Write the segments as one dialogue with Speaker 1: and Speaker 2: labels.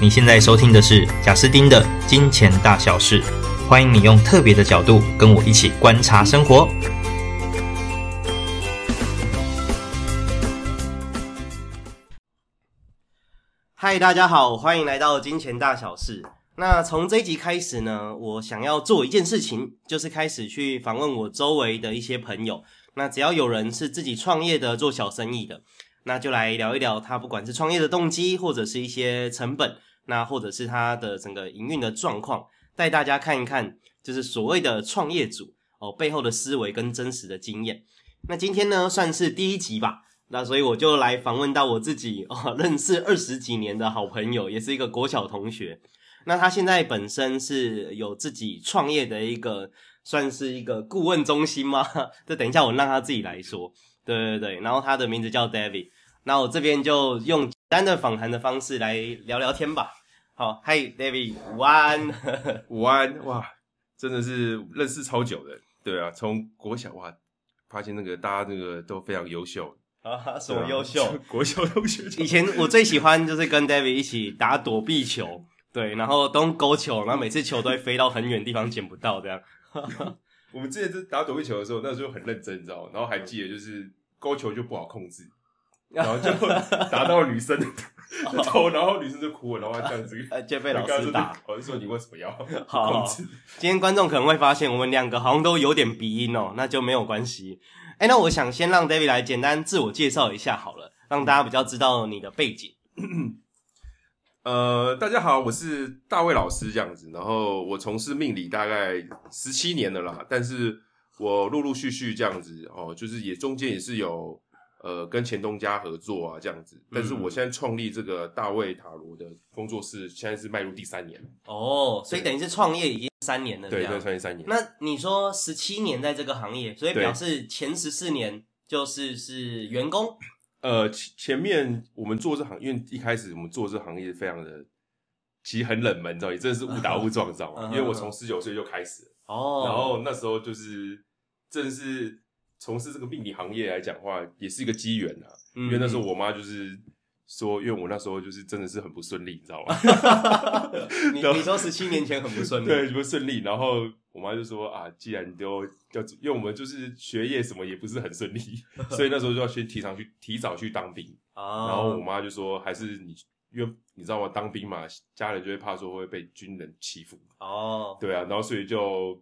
Speaker 1: 你现在收听的是贾斯汀的《金钱大小事》，欢迎你用特别的角度跟我一起观察生活。
Speaker 2: 嗨，大家好，欢迎来到《金钱大小事》。那从这一集开始呢，我想要做一件事情，就是开始去访问我周围的一些朋友。那只要有人是自己创业的、做小生意的，那就来聊一聊他不管是创业的动机，或者是一些成本，那或者是他的整个营运的状况，带大家看一看，就是所谓的创业主哦背后的思维跟真实的经验。那今天呢，算是第一集吧。那所以我就来访问到我自己哦， 认识二十几年的好朋友，也是一个国小同学。那他现在本身是有自己创业的一个，算是一个顾问中心吗？ 这等一下我让他自己来说。对对对，然后他的名字叫 David。那我这边就用简单的访谈的方式来聊聊天吧。好，嗨，David，午安。
Speaker 3: 午安，哇，真的是认识超久的，对啊，从国小哇，发现那个大家那个都非常优秀，
Speaker 2: 啊，什
Speaker 3: 对啊
Speaker 2: 么优秀？，
Speaker 3: 国小同学就
Speaker 2: 以前我最喜欢就是跟 David 一起打躲避球，对，然后都用勾球，然后每次球都会飞到很远的地方捡不到，这样。
Speaker 3: 我们之前在打躲避球的时候，那时候很认真，你知道吗？然后还记得就是勾球就不好控制，然 后就打到女生的头，然后女生就哭了，然后还这样子。
Speaker 2: 呃，就 被老师打。，
Speaker 3: 我就说你为什么要
Speaker 2: 好
Speaker 3: 控制？
Speaker 2: 今天观众可能会发现我们两个好像都有点鼻音哦，那就没有关系。哎，那我想先让 David 来简单自我介绍一下好了，让大家比较知道你的背景。
Speaker 3: 呃，大家好，我是大卫老师这样子，然后我从事命理大概十七年了啦，但是我陆陆续续这样子哦，就是也中间也是有呃跟前东家合作啊这样子，但是我现在创立这个大卫塔罗的工作室，现在是迈入第三年，
Speaker 2: 哦，所以等于是创业已经三嗯年了，这
Speaker 3: 对，
Speaker 2: 样
Speaker 3: 对，。创业三年，
Speaker 2: 那你说十七年在这个行业，所以
Speaker 3: 对
Speaker 2: 表示前十四年就是是员工，
Speaker 3: 呃，前前面我们做这行，因为一开始我们做这行业非常的。其实很冷门，你知道，也真的是误打误撞，你知道
Speaker 2: 嗯
Speaker 3: 吗？
Speaker 2: 哼
Speaker 3: 因为我从十九岁就开始了，
Speaker 2: 哦，
Speaker 3: 然后那时候就是正是从事这个命理行业来讲的话，也是一个机缘啊。
Speaker 2: 嗯
Speaker 3: 因为那时候我妈就是说，因为我那时候就是真的是很不顺利，你知 道吗？
Speaker 2: 你
Speaker 3: 然后
Speaker 2: 你说十七年前很不顺利，
Speaker 3: 对，不顺利。然后我妈就说啊，既然你都要，因为我们就是学业什么也不是 很顺利，所以那时候就要先提早去提早去当兵。
Speaker 2: 啊，
Speaker 3: 然后我妈就说，还是你，因为你知道吗？当兵嘛，家人就会怕说会被军人欺负。
Speaker 2: 哦，
Speaker 3: 对啊，然后所以就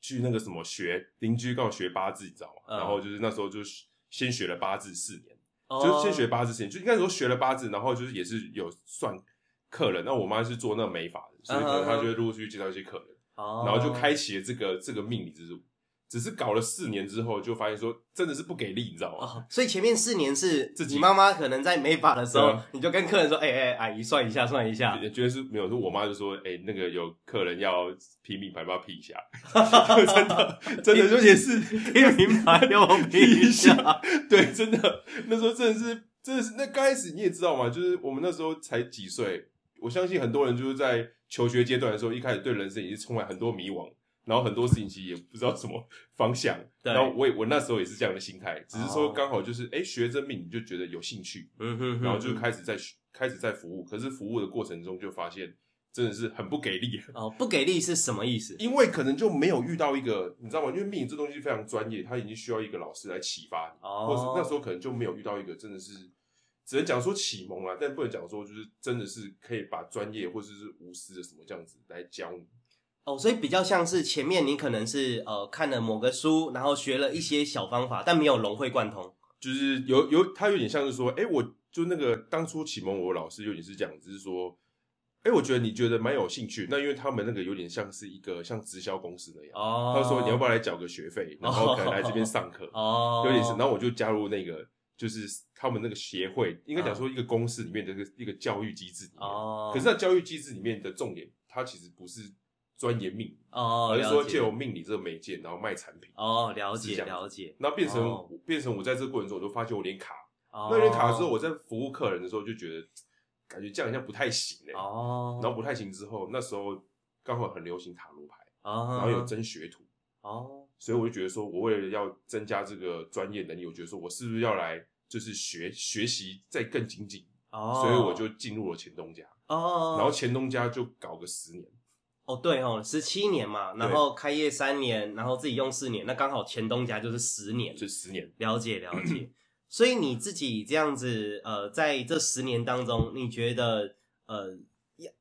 Speaker 3: 去那个什么学，邻居告我学八字，你知道吗？
Speaker 2: 嗯
Speaker 3: 然后就是那时候就是先学了八字四年，
Speaker 2: 哦
Speaker 3: 就是先学八字四年，就应该说学了八字，然后就是也是有算客人。那我妈是做那个美发的，所以可能她就会陆陆续续介绍一些客人，
Speaker 2: 嗯哦，
Speaker 3: 然后就开启了这个这个命理之路。只是搞了四年之后，就发现说真的是不给力，你知道吗？
Speaker 2: 哦，所以前面四年是
Speaker 3: 自己
Speaker 2: 你妈妈可能在美发的时
Speaker 3: 对
Speaker 2: 候
Speaker 3: 啊，
Speaker 2: 你就跟客人说，哎哎，阿姨算一下算一下，
Speaker 3: 也觉得是没有，是我妈就说，哎、那个有客人要批命牌，要不要批一下？ 真的，真的就也是
Speaker 2: 听明白要我批一下，
Speaker 3: 对，真的，那时候真的是，真的是，那刚开始你也知道嘛，就是我们那时候才几岁，我相信很多人就是在求学阶段的时候，一开始对人生也是充满很多迷惘，然后很多事情其实也不知道什么方向。
Speaker 2: 对
Speaker 3: 然后我也我那时候也是这样的心态，只是
Speaker 2: 哦
Speaker 3: 说刚好就是，哎、学真命你就觉得有兴趣，
Speaker 2: 嗯哼
Speaker 3: 然后就开始在学开始在服务，可是服务的过程中就发现真的是很不给力。
Speaker 2: 哦，不给力是什么意思？
Speaker 3: 因为可能就没有遇到一个，你知道吗？因为命理这东西非常专业，它已经需要一个老师来启发你，
Speaker 2: 哦
Speaker 3: 或是那时候可能就没有遇到一个真的是，只能讲说启蒙啊，但不能讲说就是真的是可以把专业或者是无私的什么这样子来教你。
Speaker 2: 哦，所以比较像是前面你可能是呃看了某个书，然后学了一些小方法，但没有融会贯通。
Speaker 3: 就是有有，他有点像是说，哎、我就那个当初启蒙我的老师有点是这样，只是说，哎、我觉得你觉得蛮有兴趣，那因为他们那个有点像是一个像直销公司那样，
Speaker 2: 哦，
Speaker 3: 他说你要不要来缴个学费，然后可能来这边上课。
Speaker 2: 哦，
Speaker 3: 有点是，然后我就加入那个，就是他们那个协会，应该讲说一个公司里面的一个一个教育机制里面。
Speaker 2: 嗯哦，
Speaker 3: 可是那教育机制里面的重点，它其实不是钻研命理，
Speaker 2: 哦，
Speaker 3: 而是
Speaker 2: 了
Speaker 3: 说
Speaker 2: 解
Speaker 3: 借由命理这个媒介，然后卖产品。
Speaker 2: 哦，了
Speaker 3: 是
Speaker 2: 解
Speaker 3: 这样
Speaker 2: 了解。
Speaker 3: 那变成、
Speaker 2: 哦
Speaker 3: 变成我在这个过程中，我就发现我连卡，
Speaker 2: 哦
Speaker 3: 那连卡的时候，我在服务客人的时候就觉得，感觉这样好像不太行哎、
Speaker 2: 哦，
Speaker 3: 然后不太行之后，那时候刚好很流行塔罗牌，
Speaker 2: 然
Speaker 3: 然后有真学徒，
Speaker 2: 哦
Speaker 3: 所以我就觉得说，我为了要增加这个专业能力，我觉得说我是不是要来就是学学习再更精进，
Speaker 2: 哦，
Speaker 3: 所以我就进入了前东家。
Speaker 2: 哦，
Speaker 3: 然后前东家就搞个十年，
Speaker 2: 哦对哦，十七年嘛，然后开业三年，然后自己用四年，那刚好前东家就是十年，
Speaker 3: 就十年。
Speaker 2: 了解了解。所以你自己这样子，呃，在这十年当中，你觉得，呃，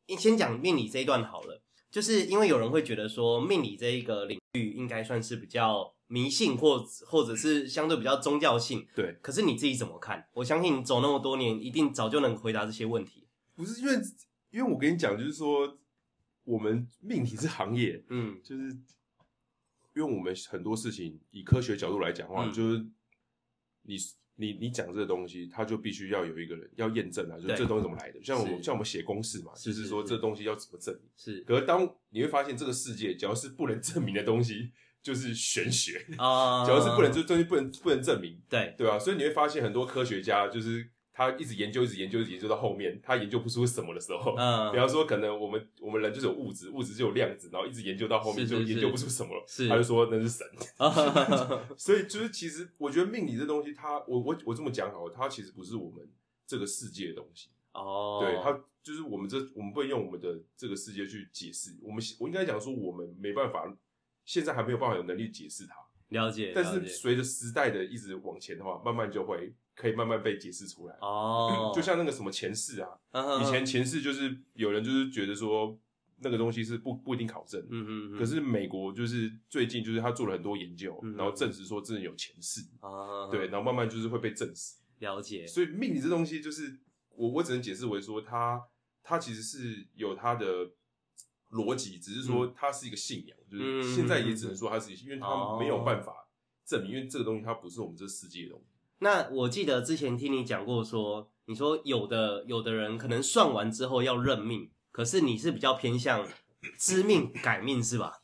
Speaker 2: 要先讲命理这一段好了，就是因为有人会觉得说，命理这一个领域应该算是比较迷信或或者是相对比较宗教性，
Speaker 3: 对，
Speaker 2: 可是你自己怎么看？我相信你走那么多年，一定早就能回答这些问题。
Speaker 3: 不是因为因为我跟你讲，就是说我们命理这行业，
Speaker 2: 嗯
Speaker 3: 就是因为我们很多事情以科学角度来讲的话，
Speaker 2: 嗯
Speaker 3: 就是你你你讲这个东西，它就必须要有一个人要验证啊，就是
Speaker 2: 对
Speaker 3: 这东西怎么来的。像我们
Speaker 2: 是
Speaker 3: 像我们写公式嘛，
Speaker 2: 是
Speaker 3: 就是是说
Speaker 2: 是
Speaker 3: 这东西要怎么证明。
Speaker 2: 是
Speaker 3: 可是当你会发现，这个世界只要是不能证明的东西，就是玄学；
Speaker 2: 啊，
Speaker 3: 只要是不能这东西不能不能证明，
Speaker 2: 对，
Speaker 3: 对吧、啊所以你会发现很多科学家就是他一直研究，一直研究，一直研究到后面，他研究不出什么的时候，
Speaker 2: 嗯
Speaker 3: 比，方说可能我们我们人就是有物质，物质就有量子，然后一直研究到后面
Speaker 2: 是
Speaker 3: 就是研究不出什么了，
Speaker 2: 是
Speaker 3: 他就说那是神。
Speaker 2: 啊
Speaker 3: 所以就是其实我觉得命理这东西它，我我我这么讲好了，它其实不是我们这个世界的东西，
Speaker 2: 哦，
Speaker 3: 对它就是我们这我们不能用我们的这个世界去解释，我们我应该讲说我们没办法，现在还没有办法有能力解释它，
Speaker 2: 了解，
Speaker 3: 但
Speaker 2: 了
Speaker 3: 是
Speaker 2: 解
Speaker 3: 随着时代的一直往前的话，慢慢就会可以慢慢被解释出来。
Speaker 2: 哦，
Speaker 3: 就像那个什么前世啊，
Speaker 2: 嗯
Speaker 3: 以前前世就是有人就是觉得说那个东西是不不一定考证，
Speaker 2: 嗯嗯嗯，
Speaker 3: 可是美国就是最近就是他做了很多研究，
Speaker 2: 嗯
Speaker 3: 然后证实说真的有前世，
Speaker 2: 啊，
Speaker 3: 对，然后慢慢就是会被证实。
Speaker 2: 了解，
Speaker 3: 所以命理这东西就是我我只能解释为说它它其实是有它的逻辑，只是说它是一个信仰，就
Speaker 2: 嗯
Speaker 3: 是现在也只能说它是一个信，因为
Speaker 2: 哦
Speaker 3: 它没有办法证明，因为这个东西它不是我们这世界的东西。
Speaker 2: 那我记得之前听你讲过说，你说有的有的人可能算完之后要认命，可是你是比较偏向知命改命是吧？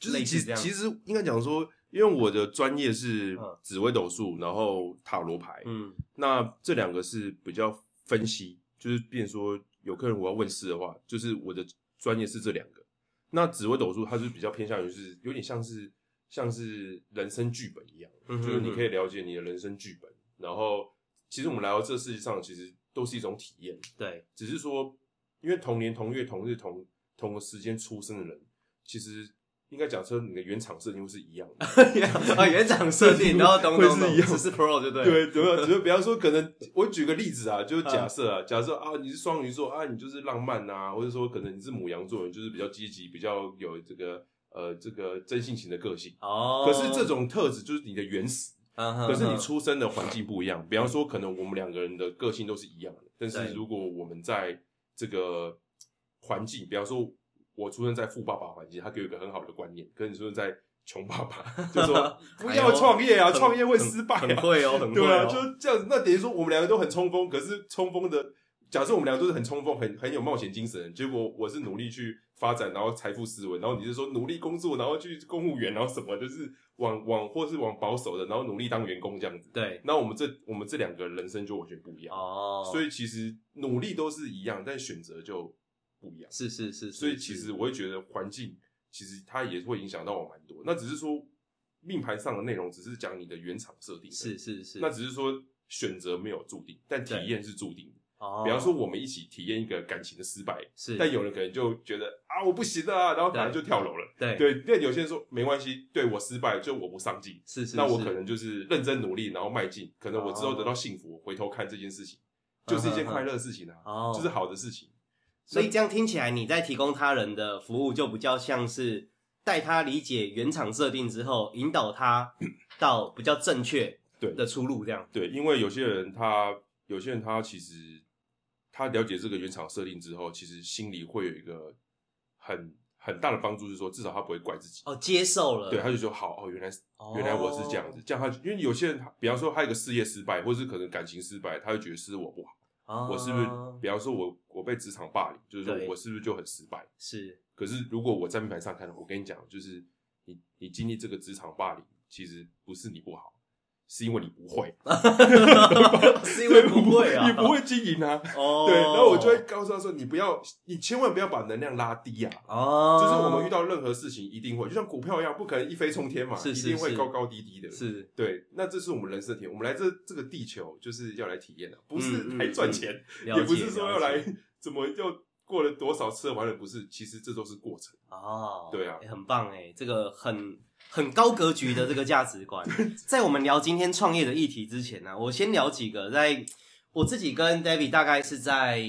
Speaker 3: 就是
Speaker 2: 类
Speaker 3: 其
Speaker 2: 似这
Speaker 3: 实
Speaker 2: 样
Speaker 3: 其实应该讲说，因为我的专业是
Speaker 2: 嗯
Speaker 3: 紫微斗数，然后塔罗牌，
Speaker 2: 嗯
Speaker 3: 那这两个是比较分析，就是变成说有客人我要问事的话，就是我的专业是这两个。那紫微斗数它是比较偏向于是有点像是像是人生剧本一样，
Speaker 2: 嗯哼
Speaker 3: 就是你可以了解你的人生剧本。然后其实我们来到这世界上，其实都是一种体验，
Speaker 2: 对，
Speaker 3: 只是说因为同年同月同日同同个时间出生的人，其实应该讲说你的原厂设定会是一样的。
Speaker 2: 啊原厂设定，然后懂
Speaker 3: 会
Speaker 2: 懂
Speaker 3: 是
Speaker 2: 懂
Speaker 3: 一，样
Speaker 2: 只是 Pro 就对了，
Speaker 3: 对，对，只是比方说，可能我举个例子啊，就是假设
Speaker 2: 嗯
Speaker 3: 啊，假设啊，你是双鱼座啊，你就是浪漫啊，或者说可能你是母羊座，你就是比较积极，比较有这个呃这个真性情的个性。
Speaker 2: 哦，嗯
Speaker 3: 可是这，种特质就是你的原始，
Speaker 2: 可
Speaker 3: 可是你出生的环境不一样。比方说，可能我们两个人的个性都是一样的，但
Speaker 2: 对
Speaker 3: 是如果我们在这个环境，比方说，我出生在富爸爸环境，他给我一个很好的观念，可是你出生在穷爸 爸，就 说不要创业啊，
Speaker 2: 哎很
Speaker 3: 创业会失败、啊
Speaker 2: 哎很会哦，很会
Speaker 3: 对啊，
Speaker 2: 哦，
Speaker 3: 就是这样子。那等于说我们两个都很冲锋，可是冲锋的，假设我们两个都是很冲锋、很很有冒险精神，结果我是努力去发展，然后财富思维，然后你是说努力工作，然后去公务员，然后什么，就是往往或是往保守的，然后努力当员工这样子。
Speaker 2: 对，
Speaker 3: 那我们这我们这两个人生就完全不一样，
Speaker 2: 哦，
Speaker 3: 所
Speaker 2: 以
Speaker 3: 以其实努力都是一样，但选择就不一样。
Speaker 2: 是是是，是
Speaker 3: 所以其
Speaker 2: 是
Speaker 3: 实我会觉得环境其实它也会影响到我蛮多。那只是说命盘上的内容只是讲你的原厂设定，
Speaker 2: 是是是，
Speaker 3: 那只是说选择没有注定，但体验是注定的。
Speaker 2: 哦
Speaker 3: 比方说，我们一起体验一个感情的失败，
Speaker 2: 是，
Speaker 3: 但有人可能就觉得啊，我不行了啊、然后可能
Speaker 2: 对
Speaker 3: 就跳楼了。
Speaker 2: 对
Speaker 3: 对，那有些人说没关系，对我失败就我不上进，
Speaker 2: 是是，
Speaker 3: 那我
Speaker 2: 是
Speaker 3: 可能就是认真努力，然后迈进，可能我之后
Speaker 2: 哦嗯
Speaker 3: 得到幸福，我回头看这件事情就是一件快乐的事情啊，
Speaker 2: 哦，
Speaker 3: 就是好的事情。
Speaker 2: 所以这样听起来，你在提供他人的服务就比较像是带他理解原厂设定之后，引导他到比较正确
Speaker 3: 对
Speaker 2: 的出路，这样。
Speaker 3: 对，因为有些人他有些人他其实他了解这个原厂设定之后，其实心里会有一个很很大的帮助，是说至少他不会怪自己。
Speaker 2: 哦，接受了。
Speaker 3: 对，他就说好哦，原来是
Speaker 2: 哦
Speaker 3: 原来我是这样子，这样他就因为有些人，比方说他有个事业失败，或是可能感情失败，他就觉得是我不好，
Speaker 2: 哦，
Speaker 3: 我是不是？比方说我我被职场霸凌，就是
Speaker 2: 对
Speaker 3: 说我是不是就很失败？
Speaker 2: 是
Speaker 3: 可是如果我在命盘上看，我跟你讲，就是你你经历这个职场霸凌，其实不是你不好，是因为你不会，
Speaker 2: 是因为不会啊
Speaker 3: 你不会经营啊。
Speaker 2: 哦，
Speaker 3: 对，然后我就会告诉他说，你不要，你千万不要把能量拉低啊。
Speaker 2: 哦，
Speaker 3: 就是我们遇到任何事情一定会，就像股票一样，不可能一飞冲天嘛，
Speaker 2: 是是
Speaker 3: 一定会
Speaker 2: 是
Speaker 3: 高高低低的。
Speaker 2: 是
Speaker 3: 对，那这是我们人生的体验。我们来这这个地球就是要来体验的、不是
Speaker 2: 嗯嗯
Speaker 3: 来赚钱，
Speaker 2: 了解
Speaker 3: 也不是说要
Speaker 2: 了
Speaker 3: 来
Speaker 2: 解
Speaker 3: 怎么要过了多少次的完人不是，其实这都是过程。
Speaker 2: 哦，
Speaker 3: 对啊
Speaker 2: 欸很棒哎、这个很很高格局的这个价值 观。在我们聊今天创业的议题之前呢、我先聊几个，在我自己跟 David 大概是在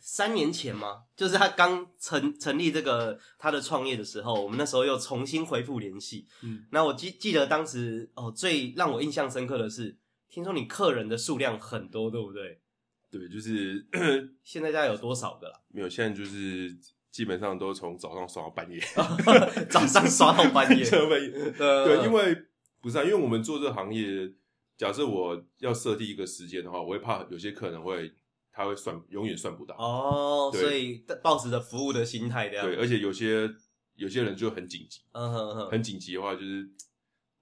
Speaker 2: 三年前嘛，就是他刚成成立这个他的创业的时候，我们那时候又重新恢复联系。
Speaker 3: 嗯，
Speaker 2: 那我记记得当时哦，最让我印象深刻的是，听说你客人的数量很多，对不对？
Speaker 3: 对，就是
Speaker 2: 现在大概有多少个啦？
Speaker 3: 没有，现在就是基本上都从早上刷到半夜，
Speaker 2: 早 上刷到半 夜，
Speaker 3: 刷到半夜。
Speaker 2: 呃
Speaker 3: 对，因为不是啊，因为我们做这个行业，假设我要设定一个时间的话，我会怕有些客人会他会算永远算不到，
Speaker 2: 哦，
Speaker 3: 对
Speaker 2: 所以抱持着服务的心态这样。
Speaker 3: 对，而且有些有些人就很紧急，
Speaker 2: 嗯哼哼，
Speaker 3: 很紧急的话就是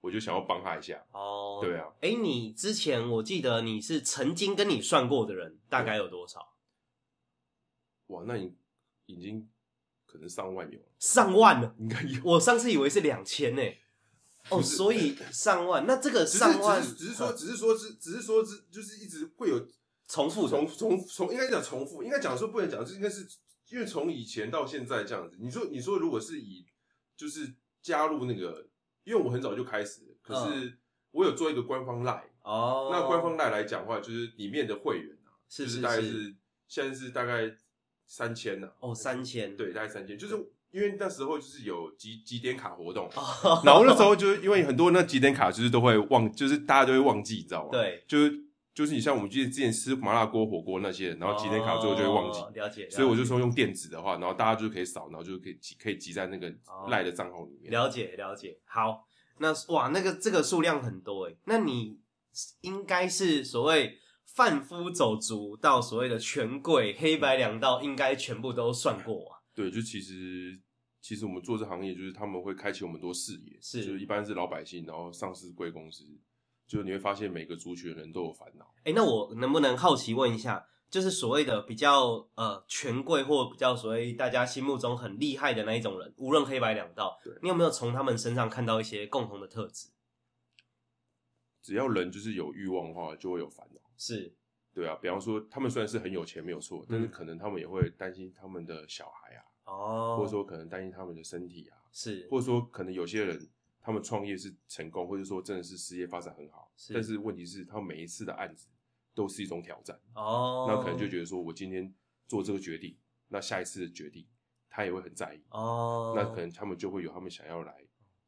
Speaker 3: 我就想要帮他一下，
Speaker 2: 哦，
Speaker 3: 对。啊，
Speaker 2: 哎，你之前我记得你是曾经跟你算过的人大概有多少？
Speaker 3: 哇，那你已经可能上万有了，
Speaker 2: 上万了。
Speaker 3: 应该 有。
Speaker 2: 我上次以为是两千呢。哦，
Speaker 3: 不是
Speaker 2: 所以上万，那这个
Speaker 3: 只是
Speaker 2: 上万哦嗯
Speaker 3: 只是只是说，只是说，只只是说，只就是一直会有
Speaker 2: 重复的
Speaker 3: 重重重，应该讲重复，应该讲说不能讲，这应该是因为从以前到现在这样子。你说你说，如果是以就是加入那个，因为我很早就开始了，可是我有做一个官方 line，、
Speaker 2: 嗯哦。
Speaker 3: 那官方 line 来讲的话，就是里面的会员啊，
Speaker 2: 是
Speaker 3: 就是大概
Speaker 2: 是
Speaker 3: 是现在是大概三千呐、
Speaker 2: 哦三千，
Speaker 3: 对，大概三千，就是因为那时候就是有几几点卡活动。
Speaker 2: 哦，
Speaker 3: 然后那时候就是因为很多那几点卡就是都会忘，就是大家都会忘记，你知道吗？，
Speaker 2: 对，
Speaker 3: 就是就是你像我们之前之前吃麻辣锅、火锅那些，然后几点卡最后就会忘记，
Speaker 2: 哦了解，
Speaker 3: 所以我就
Speaker 2: 了解
Speaker 3: 说用电子的话，然后大家就可以扫，然后就可以集可以集在那个
Speaker 2: 哦
Speaker 3: 赖的账号里面。
Speaker 2: 了解了解，好，那哇，那个这个数量很多诶，那你应该是所谓贩夫走卒到所谓的权贵黑白两道，应该全部都算过啊。
Speaker 3: 对，就其实其实我们做这行业，就是他们会开启我们很多视野，
Speaker 2: 是
Speaker 3: 就是一般是老百姓，然后上市贵公司，就你会发现每个族群的人都有烦恼。
Speaker 2: 诶，那我能不能好奇问一下，就是所谓的比较呃权贵或比较所谓大家心目中很厉害的那一种人，无论黑白两道
Speaker 3: 对，
Speaker 2: 你有没有从他们身上看到一些共同的特质？
Speaker 3: 只要人就是有欲望的话，就会有烦恼。
Speaker 2: 是
Speaker 3: 对啊，比方说他们虽然是很有钱没有错，
Speaker 2: 嗯
Speaker 3: 但是可能他们也会担心他们的小孩啊，
Speaker 2: 哦，
Speaker 3: 或者说可能担心他们的身体啊，
Speaker 2: 是
Speaker 3: 或者说可能有些人他们创业是成功，或者说真的是事业发展很好，
Speaker 2: 是
Speaker 3: 但是问题是他们每一次的案子都是一种挑战，
Speaker 2: 哦，
Speaker 3: 那可能就觉得说我今天做这个决定，那下一次的决定他也会很在意，
Speaker 2: 哦，
Speaker 3: 那可能他们就会有他们想要来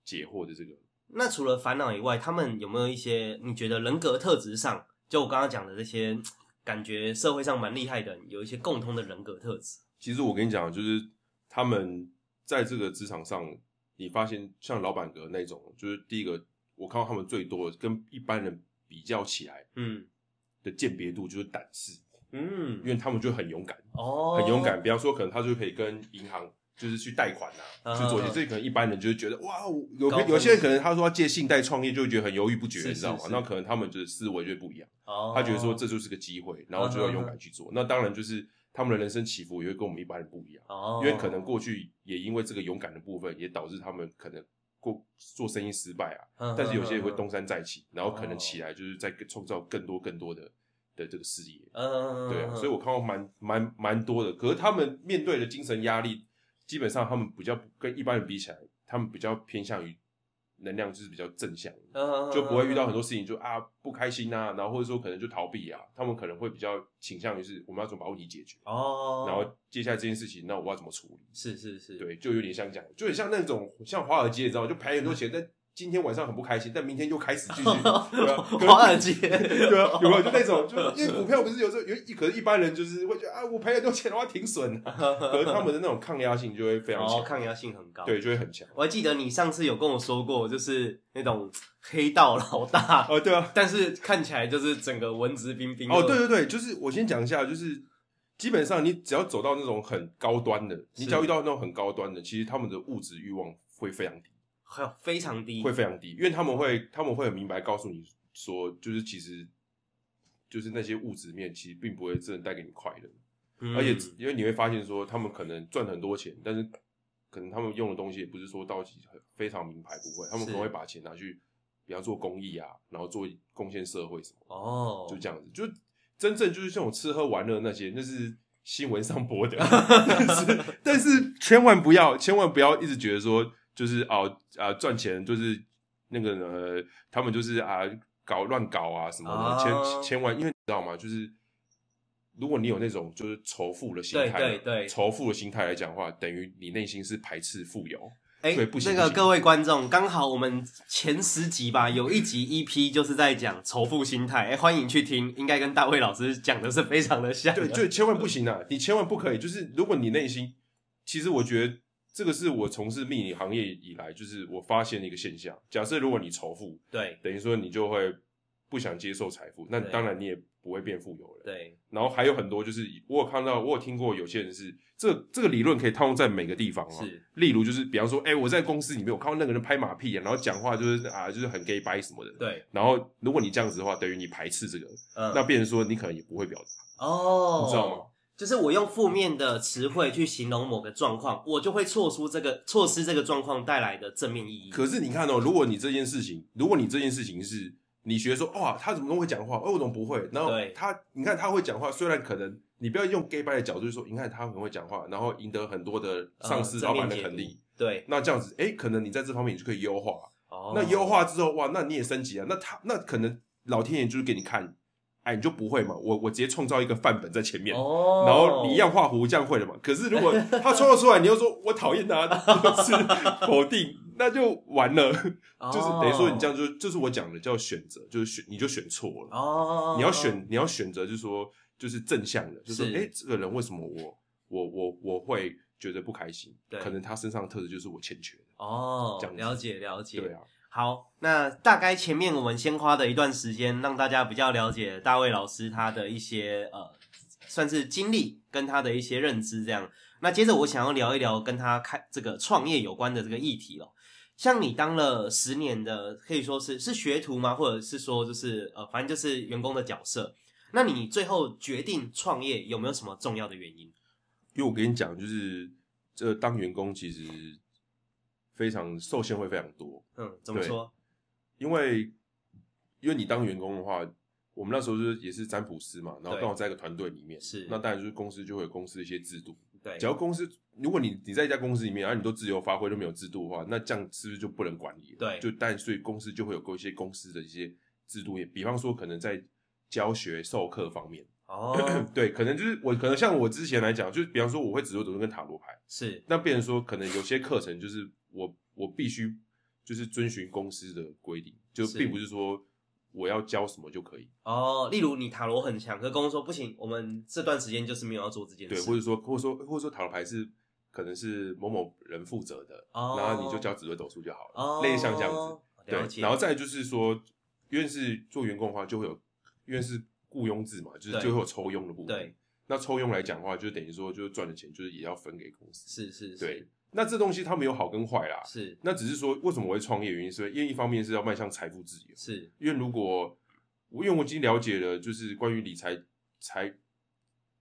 Speaker 3: 解惑的这个。
Speaker 2: 那除了烦恼以外，他们有没有一些你觉得人格特质上，就我刚刚讲的这些，感觉社会上蛮厉害的人，有一些共通的人格特质？
Speaker 3: 其实我跟你讲，就是他们在这个职场上，你发现像老板格那种，就是第一个我看到他们最多的跟一般人比较起来
Speaker 2: 嗯
Speaker 3: 的鉴别度就是胆识，因
Speaker 2: 嗯，
Speaker 3: 为他们就很勇敢。
Speaker 2: 哦，
Speaker 3: 很勇敢。比方说，可能他就可以跟银行就是去贷款
Speaker 2: 嗯
Speaker 3: 啊，去做一些。
Speaker 2: 嗯
Speaker 3: 这可能一般人就是觉得哇，我有
Speaker 2: 高风险
Speaker 3: 有些人可能他说要借信贷创业，就会觉得很犹豫不决，
Speaker 2: 是
Speaker 3: 你知道吗
Speaker 2: 是？是
Speaker 3: 那可能他们就是思维就不一样，
Speaker 2: 哦，
Speaker 3: 他觉得说这就是个机会，然后就要勇敢去做。那当然就是他们的人生起伏也会跟我们一般人不一样，
Speaker 2: 哦，
Speaker 3: 因为可能过去也因为这个勇敢的部分，也导致他们可能过做生意失败啊。哦
Speaker 2: 嗯，
Speaker 3: 但是有些也
Speaker 2: 人
Speaker 3: 会东，山再起，然后可能起来就是在创造更多更多的的这个事业。
Speaker 2: 嗯，
Speaker 3: 对啊，所以我看到蛮蛮蛮多的。可是他们面对的精神压力，基本上他们比较跟一般人比起来，他们比较偏向于能量就是比较正向，
Speaker 2: 我
Speaker 3: 就不会
Speaker 2: 嗯
Speaker 3: 遇到很多事情就啊不开心啊，然后或者说可能就逃避啊。他们可能会比较倾向于是我们要怎么把问题解决，
Speaker 2: 哦，
Speaker 3: 然后接下来这件事情，那我要怎么处理？
Speaker 2: 是是是，
Speaker 3: 对，就有点像讲，就很像那种像华尔街，你知道吗？就赔很多钱，但今天晚上很不开心，但明天又开始 继续，对啊，可能
Speaker 2: 华尔街，
Speaker 3: 对啊，有没 有就那种，就因为股票不是有时候有一，可是一般人就是会觉得啊，我赔很多钱的话停损 啊，可是他们的那种抗压性就会非常
Speaker 2: 哦，
Speaker 3: 强，
Speaker 2: 抗压性很高。
Speaker 3: 对，，就会很强。
Speaker 2: 我还记得你上次有跟我说过，就是那种黑道老大，
Speaker 3: 哦，对啊，
Speaker 2: 但是看起来就是整个文质彬彬的。
Speaker 3: 哦，对对对，就是我先讲一下，就是基本上你只要走到那种很高端的，你只要遇到那种很高端的，其实他们的物质欲望会非常低，
Speaker 2: 还有非常低，
Speaker 3: 会非常低，因为他们会他们会很明白告诉你说，就是其实就是那些物质面其实并不会真的带给你快乐。
Speaker 2: 嗯
Speaker 3: 而且因为你会发现说，他们可能赚很多钱，但是可能他们用的东西也不是说到期很非常名牌，不会，他们
Speaker 2: 是
Speaker 3: 可能会把钱拿去，比方做公益啊，然后做贡献社会什么，
Speaker 2: 哦，
Speaker 3: 就这样子，就真正就是这种吃喝玩乐那些，那是新闻上 播的，是但是千万不要，千万不要一直觉得说就是哦啊赚钱就是那个呃，他们就是啊搞乱搞啊什么
Speaker 2: 哦
Speaker 3: 的，千千万，因为你知道吗？就是如果你有那种就是仇富的心态，
Speaker 2: 对对对
Speaker 3: 仇富的心态来讲的话，等于你内心是排斥富有，
Speaker 2: 哎
Speaker 3: 对不，行
Speaker 2: 那个
Speaker 3: 不行
Speaker 2: 各位观众，刚好我们前十集吧，有一集 EP 就是在讲仇富心态，哎，欢迎去听，应该跟大卫老师讲的是非常的像的。
Speaker 3: 对，就千万不行啊！你千万不可以，就是如果你内心，其实我觉得这个是我从事命理行业以来，就是我发现的一个现象。假设如果你仇富，
Speaker 2: 对
Speaker 3: 等于说你就会不想接受财富，那
Speaker 2: 对
Speaker 3: 当然你也不会变富有人。
Speaker 2: 对
Speaker 3: 然后还有很多就是我有看到，我有听过有些人是这这个理论可以套用在每个地方啊。
Speaker 2: 是，
Speaker 3: 例如就是比方说，哎、我在公司里面我看到那个人拍马屁、啊，然后讲话就是啊就是很 gay 掰什么的。
Speaker 2: 对，
Speaker 3: 然后如果你这样子的话，等于你排斥这个，
Speaker 2: 嗯，
Speaker 3: 那变成说你可能也不会表达，
Speaker 2: 哦，
Speaker 3: 你知道吗？？
Speaker 2: 就是我用负面的词汇去形容某个状况，我就会错出这个错失这个状况带来的正面意义。
Speaker 3: 可是你看哦，如果你这件事情，如果你这件事情是你学说哇，他怎么那么会讲话，哦，我怎么不会？然后
Speaker 2: 对
Speaker 3: 他，你看他会讲话，虽然可能你不要用 gay 拜的角度说，你看他很会讲话，然后赢得很多的上司、
Speaker 2: 嗯
Speaker 3: 老板的
Speaker 2: 正面解读
Speaker 3: 肯定。
Speaker 2: 对，
Speaker 3: 那这样子，哎，可能你在这方面你就可以优化。
Speaker 2: 哦
Speaker 3: 那优化之后，哇，那你也升级啊。那他那可能老天爷就是给你看，哎，你就不会嘛。我我直接创造一个范本在前面，
Speaker 2: 哦，
Speaker 3: 然后你一样画胡这样会了嘛？可是如果他创造出来，你又说我讨 厌他，是否定，那就完了。
Speaker 2: 哦，
Speaker 3: 就是等于说你这样就就是我讲的叫选择，就是选你就选错了。
Speaker 2: 哦，
Speaker 3: 你要选你要选择，就是说就是正向的，就是
Speaker 2: 是
Speaker 3: 哎、诶这个人为什么我我我我会觉得不开心？
Speaker 2: 对
Speaker 3: 可能他身上的特质就是我欠缺的。
Speaker 2: 哦
Speaker 3: 这样，子
Speaker 2: 了解了解，
Speaker 3: 对啊，
Speaker 2: 好，那大概前面我们先花的一段时间，让大家比较了解大卫老师他的一些呃，算是经历跟他的一些认知这样。那接着我想要聊一聊跟他开这个创业有关的这个议题咯。像你当了十年的，可以说是是学徒吗？或者是说就是呃，反正就是员工的角色。那你最后决定创业有没有什么重要的原因？
Speaker 3: 因为我跟你讲，就是这当员工其实非常受限会非常多，
Speaker 2: 嗯，怎么说？
Speaker 3: 因为因为你当员工的话，我们那时候就是也是占卜师嘛，然后
Speaker 2: 对
Speaker 3: 刚好在一个团队里面，
Speaker 2: 是
Speaker 3: 那当然就是公司就会有公司的一些制度，
Speaker 2: 对
Speaker 3: 只，要公司，如果你你在一家公司里面，然、啊后你都自由发挥都没有制度的话，那这样是不是就不能管理了？
Speaker 2: 对
Speaker 3: 就但所以公司就会有一些公司的一些制度，也比方说可能在教学授课方面，
Speaker 2: 哦，
Speaker 3: 对，可能就是我可能像我之前来讲，就是比方说我会紫微斗数跟塔罗牌，
Speaker 2: 是
Speaker 3: 那变成说可能有些课程就是我我必须就是遵循公司的规定，就是并不是说我要教什么就可以，
Speaker 2: 哦，例如你塔罗很强，可公司说不行，我们这段时间就是没有要做这件事。
Speaker 3: 对，或者说或者说或者说塔罗牌是可能是某某人负责的，
Speaker 2: 哦
Speaker 3: 然后你就教紫微斗数就好了，
Speaker 2: 哦，
Speaker 3: 类似像这样子。
Speaker 2: 了
Speaker 3: 对，
Speaker 2: 解。
Speaker 3: 然后再就是说，因为是做员工的话，就会有因为是雇佣制嘛，就是
Speaker 2: 对
Speaker 3: 就会有抽佣的部分。
Speaker 2: 对，
Speaker 3: 那抽佣来讲的话，就等于说，就是赚的钱就是也要分给公司。
Speaker 2: 是是是，
Speaker 3: 对，那这东西它没有好跟坏啦。
Speaker 2: 是
Speaker 3: 那只是说，为什么我会创业？原因是因为一方面是要迈向财富自由，
Speaker 2: 是
Speaker 3: 因为如果我因为我已经了解了，就是关于理财财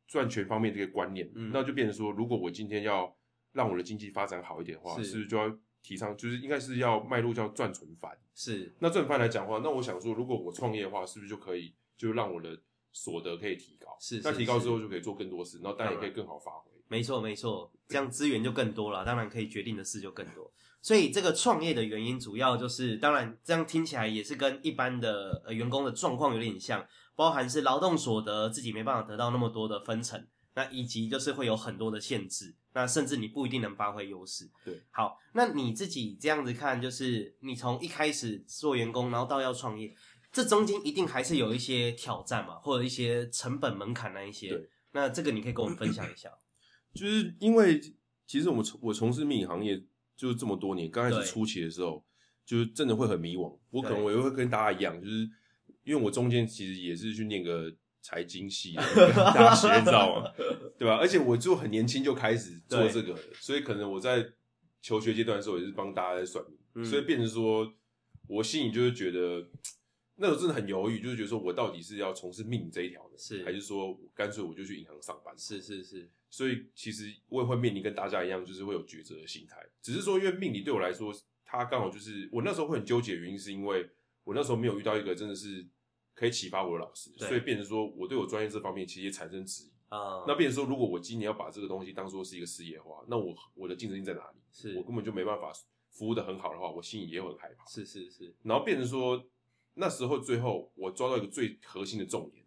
Speaker 3: 赚钱方面这个观念，
Speaker 2: 嗯
Speaker 3: 那就变成说，如果我今天要让我的经济发展好一点的话，
Speaker 2: 是
Speaker 3: 是不是就要提倡，就是应该是要迈入叫赚存法
Speaker 2: 是
Speaker 3: 那正反来讲的话，那我想说，如果我创业的话，是不是就可以就让我的所得可以提高？
Speaker 2: 是
Speaker 3: 那
Speaker 2: 是
Speaker 3: 提高
Speaker 2: 是
Speaker 3: 之后就可以做更多事，然后当然也
Speaker 2: 当
Speaker 3: 可
Speaker 2: 然
Speaker 3: 以更好发挥。
Speaker 2: 没错没错，这样资源就更多了，当然可以决定的事就更多。所以这个创业的原因主要就是，当然这样听起来也是跟一般的呃员工的状况有点像，包含是劳动所得自己没办法得到那么多的分成，那以及就是会有很多的限制，那甚至你不一定能发挥优势。
Speaker 3: 对，
Speaker 2: 好，那你自己这样子看，就是你从一开始做员工，然后到要创业，这中间一定还是有一些挑战嘛，或者一些成本门槛那一些
Speaker 3: 对。
Speaker 2: 那这个你可以跟我们分享一下。
Speaker 3: 就是因为其实我们从我从事命理行业就是这么多年，刚开
Speaker 2: 对
Speaker 3: 始初期的时候，就是真的会很迷惘。我可能我也会跟大家一样，就是因为我中间其实也是去念个财经系 的大学，你知道吗？对吧？而且我就很年轻就开始做这个，所以可能我在求学阶段的时候也是帮大家在算命，
Speaker 2: 嗯
Speaker 3: 所以变成说我心里就是觉得。那时候真的很犹豫，就是觉得说我到底是要从事命理这一条的，
Speaker 2: 是
Speaker 3: 还是说干脆我就去银行上班？
Speaker 2: 是是是，
Speaker 3: 所以其实我也会面临跟大家一样，就是会有抉择的心态。只是说，因为命理对我来说，它刚好就是我那时候会很纠结，原因是因为我那时候没有遇到一个真的是可以启发我的老师，
Speaker 2: 对
Speaker 3: 所以变成说我对我专业这方面其实也产生质疑。
Speaker 2: 啊，
Speaker 3: 那变成说，如果我今年要把这个东西当做是一个事业化，那我我的竞争力在哪里？
Speaker 4: 是
Speaker 3: 我根本就没办法服务的很好的话，我心里也会很害怕。
Speaker 4: 是是是，
Speaker 3: 然后变成说，那时候最后我抓到一个最核心的重点，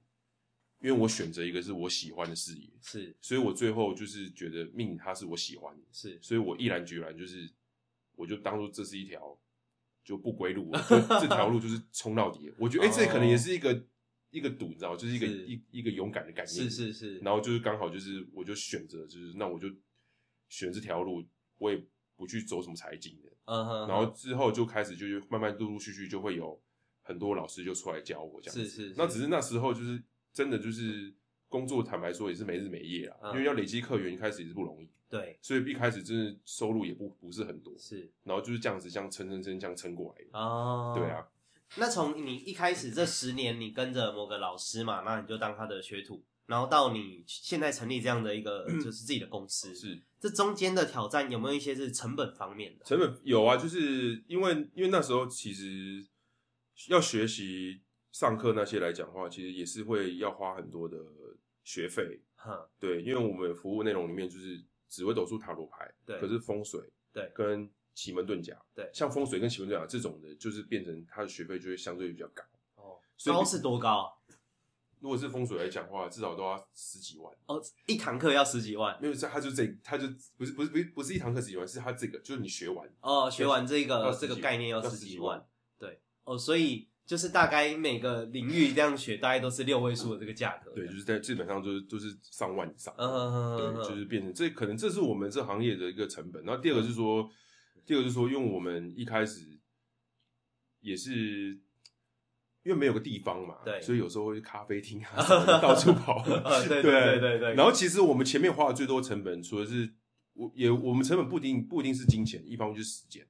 Speaker 3: 因为我选择一个是我喜欢的事业，
Speaker 4: 是
Speaker 3: 所以我最后就是觉得命它是我喜欢的，
Speaker 4: 是
Speaker 3: 所以我毅然决然就是，我就当做这是一条就不归路，我就这条路就是冲到底。我觉得哎、这可能也是一个一个赌，你知道吗，就是一个
Speaker 4: 是
Speaker 3: 一一个勇敢的概念。
Speaker 4: 是是是，
Speaker 3: 然后就是刚好就是我就选择就是那我就选这条路，我也不去走什么财经的。
Speaker 2: 嗯哼，
Speaker 3: 然后之后就开始就是慢慢陆陆续续就会有很多老师就出来教我这样
Speaker 4: 是
Speaker 3: 子。
Speaker 4: 是，
Speaker 3: 那只是那时候就是真的就是工作，坦白说也是没日没夜啦，
Speaker 4: 嗯
Speaker 3: 因为要累积客源，一开始也是不容易，
Speaker 2: 对，
Speaker 3: 所以一开始真的收入也不不是很多，
Speaker 4: 是
Speaker 3: 然后就是这样子这样撑撑撑这样撑过来的。
Speaker 2: 哦，
Speaker 3: 对。啊，
Speaker 2: 那从你一开始这十年，你跟着某个老师嘛，那你就当他的学徒，然后到你现在成立这样的一个就是自己的公司，
Speaker 3: 嗯是
Speaker 2: 这中间的挑战有没有一些是成本方面的？
Speaker 3: 成本有啊，就是因为因为那时候其实要学习上课那些来讲的话，其实也是会要花很多的学费。
Speaker 2: 哼，
Speaker 3: 对，因为我们服务内容里面就是紫微斗数、塔罗牌，
Speaker 2: 对
Speaker 3: 可是风水，
Speaker 2: 对
Speaker 3: 跟奇门遁甲，
Speaker 2: 对
Speaker 3: 像风水跟奇门遁甲这种的，就是变成它的学费就会相对比较高。
Speaker 2: 哦，
Speaker 3: 所以
Speaker 2: 高是多高？
Speaker 3: 如果是风水来讲的话，至少都要十几万。
Speaker 2: 哦，一堂课要十几万
Speaker 3: 没有，这它就这，它就不是不是不是不是一堂课十几万，是它这个就是你学完
Speaker 2: 哦，学完这
Speaker 3: 要
Speaker 2: 个
Speaker 3: 十
Speaker 2: 这
Speaker 3: 几
Speaker 2: 个概念要
Speaker 3: 要
Speaker 2: 十
Speaker 3: 十
Speaker 2: 几
Speaker 3: 几
Speaker 2: 万
Speaker 3: 万，
Speaker 2: 对，哦，所以就是大概每个领域这样学，大概都是六位数的这个价格，
Speaker 3: 对，就是在基本上就是都、是上万以上。
Speaker 2: 嗯嗯哼哼哼哼，
Speaker 3: 对，就是变成这可能这是我们这行业的一个成本。然后第二个是说，第二个是说，因为我们一开始也是因为没有个地方嘛，
Speaker 2: 对
Speaker 3: 所以有时候会去咖啡厅 啊，什么的 到处跑。
Speaker 2: 啊，对
Speaker 3: 对
Speaker 2: 对对对，
Speaker 3: 然后其实我们前面花的最多成本，除了是我也我们成本不一定不一定是金钱，一方面就是时间，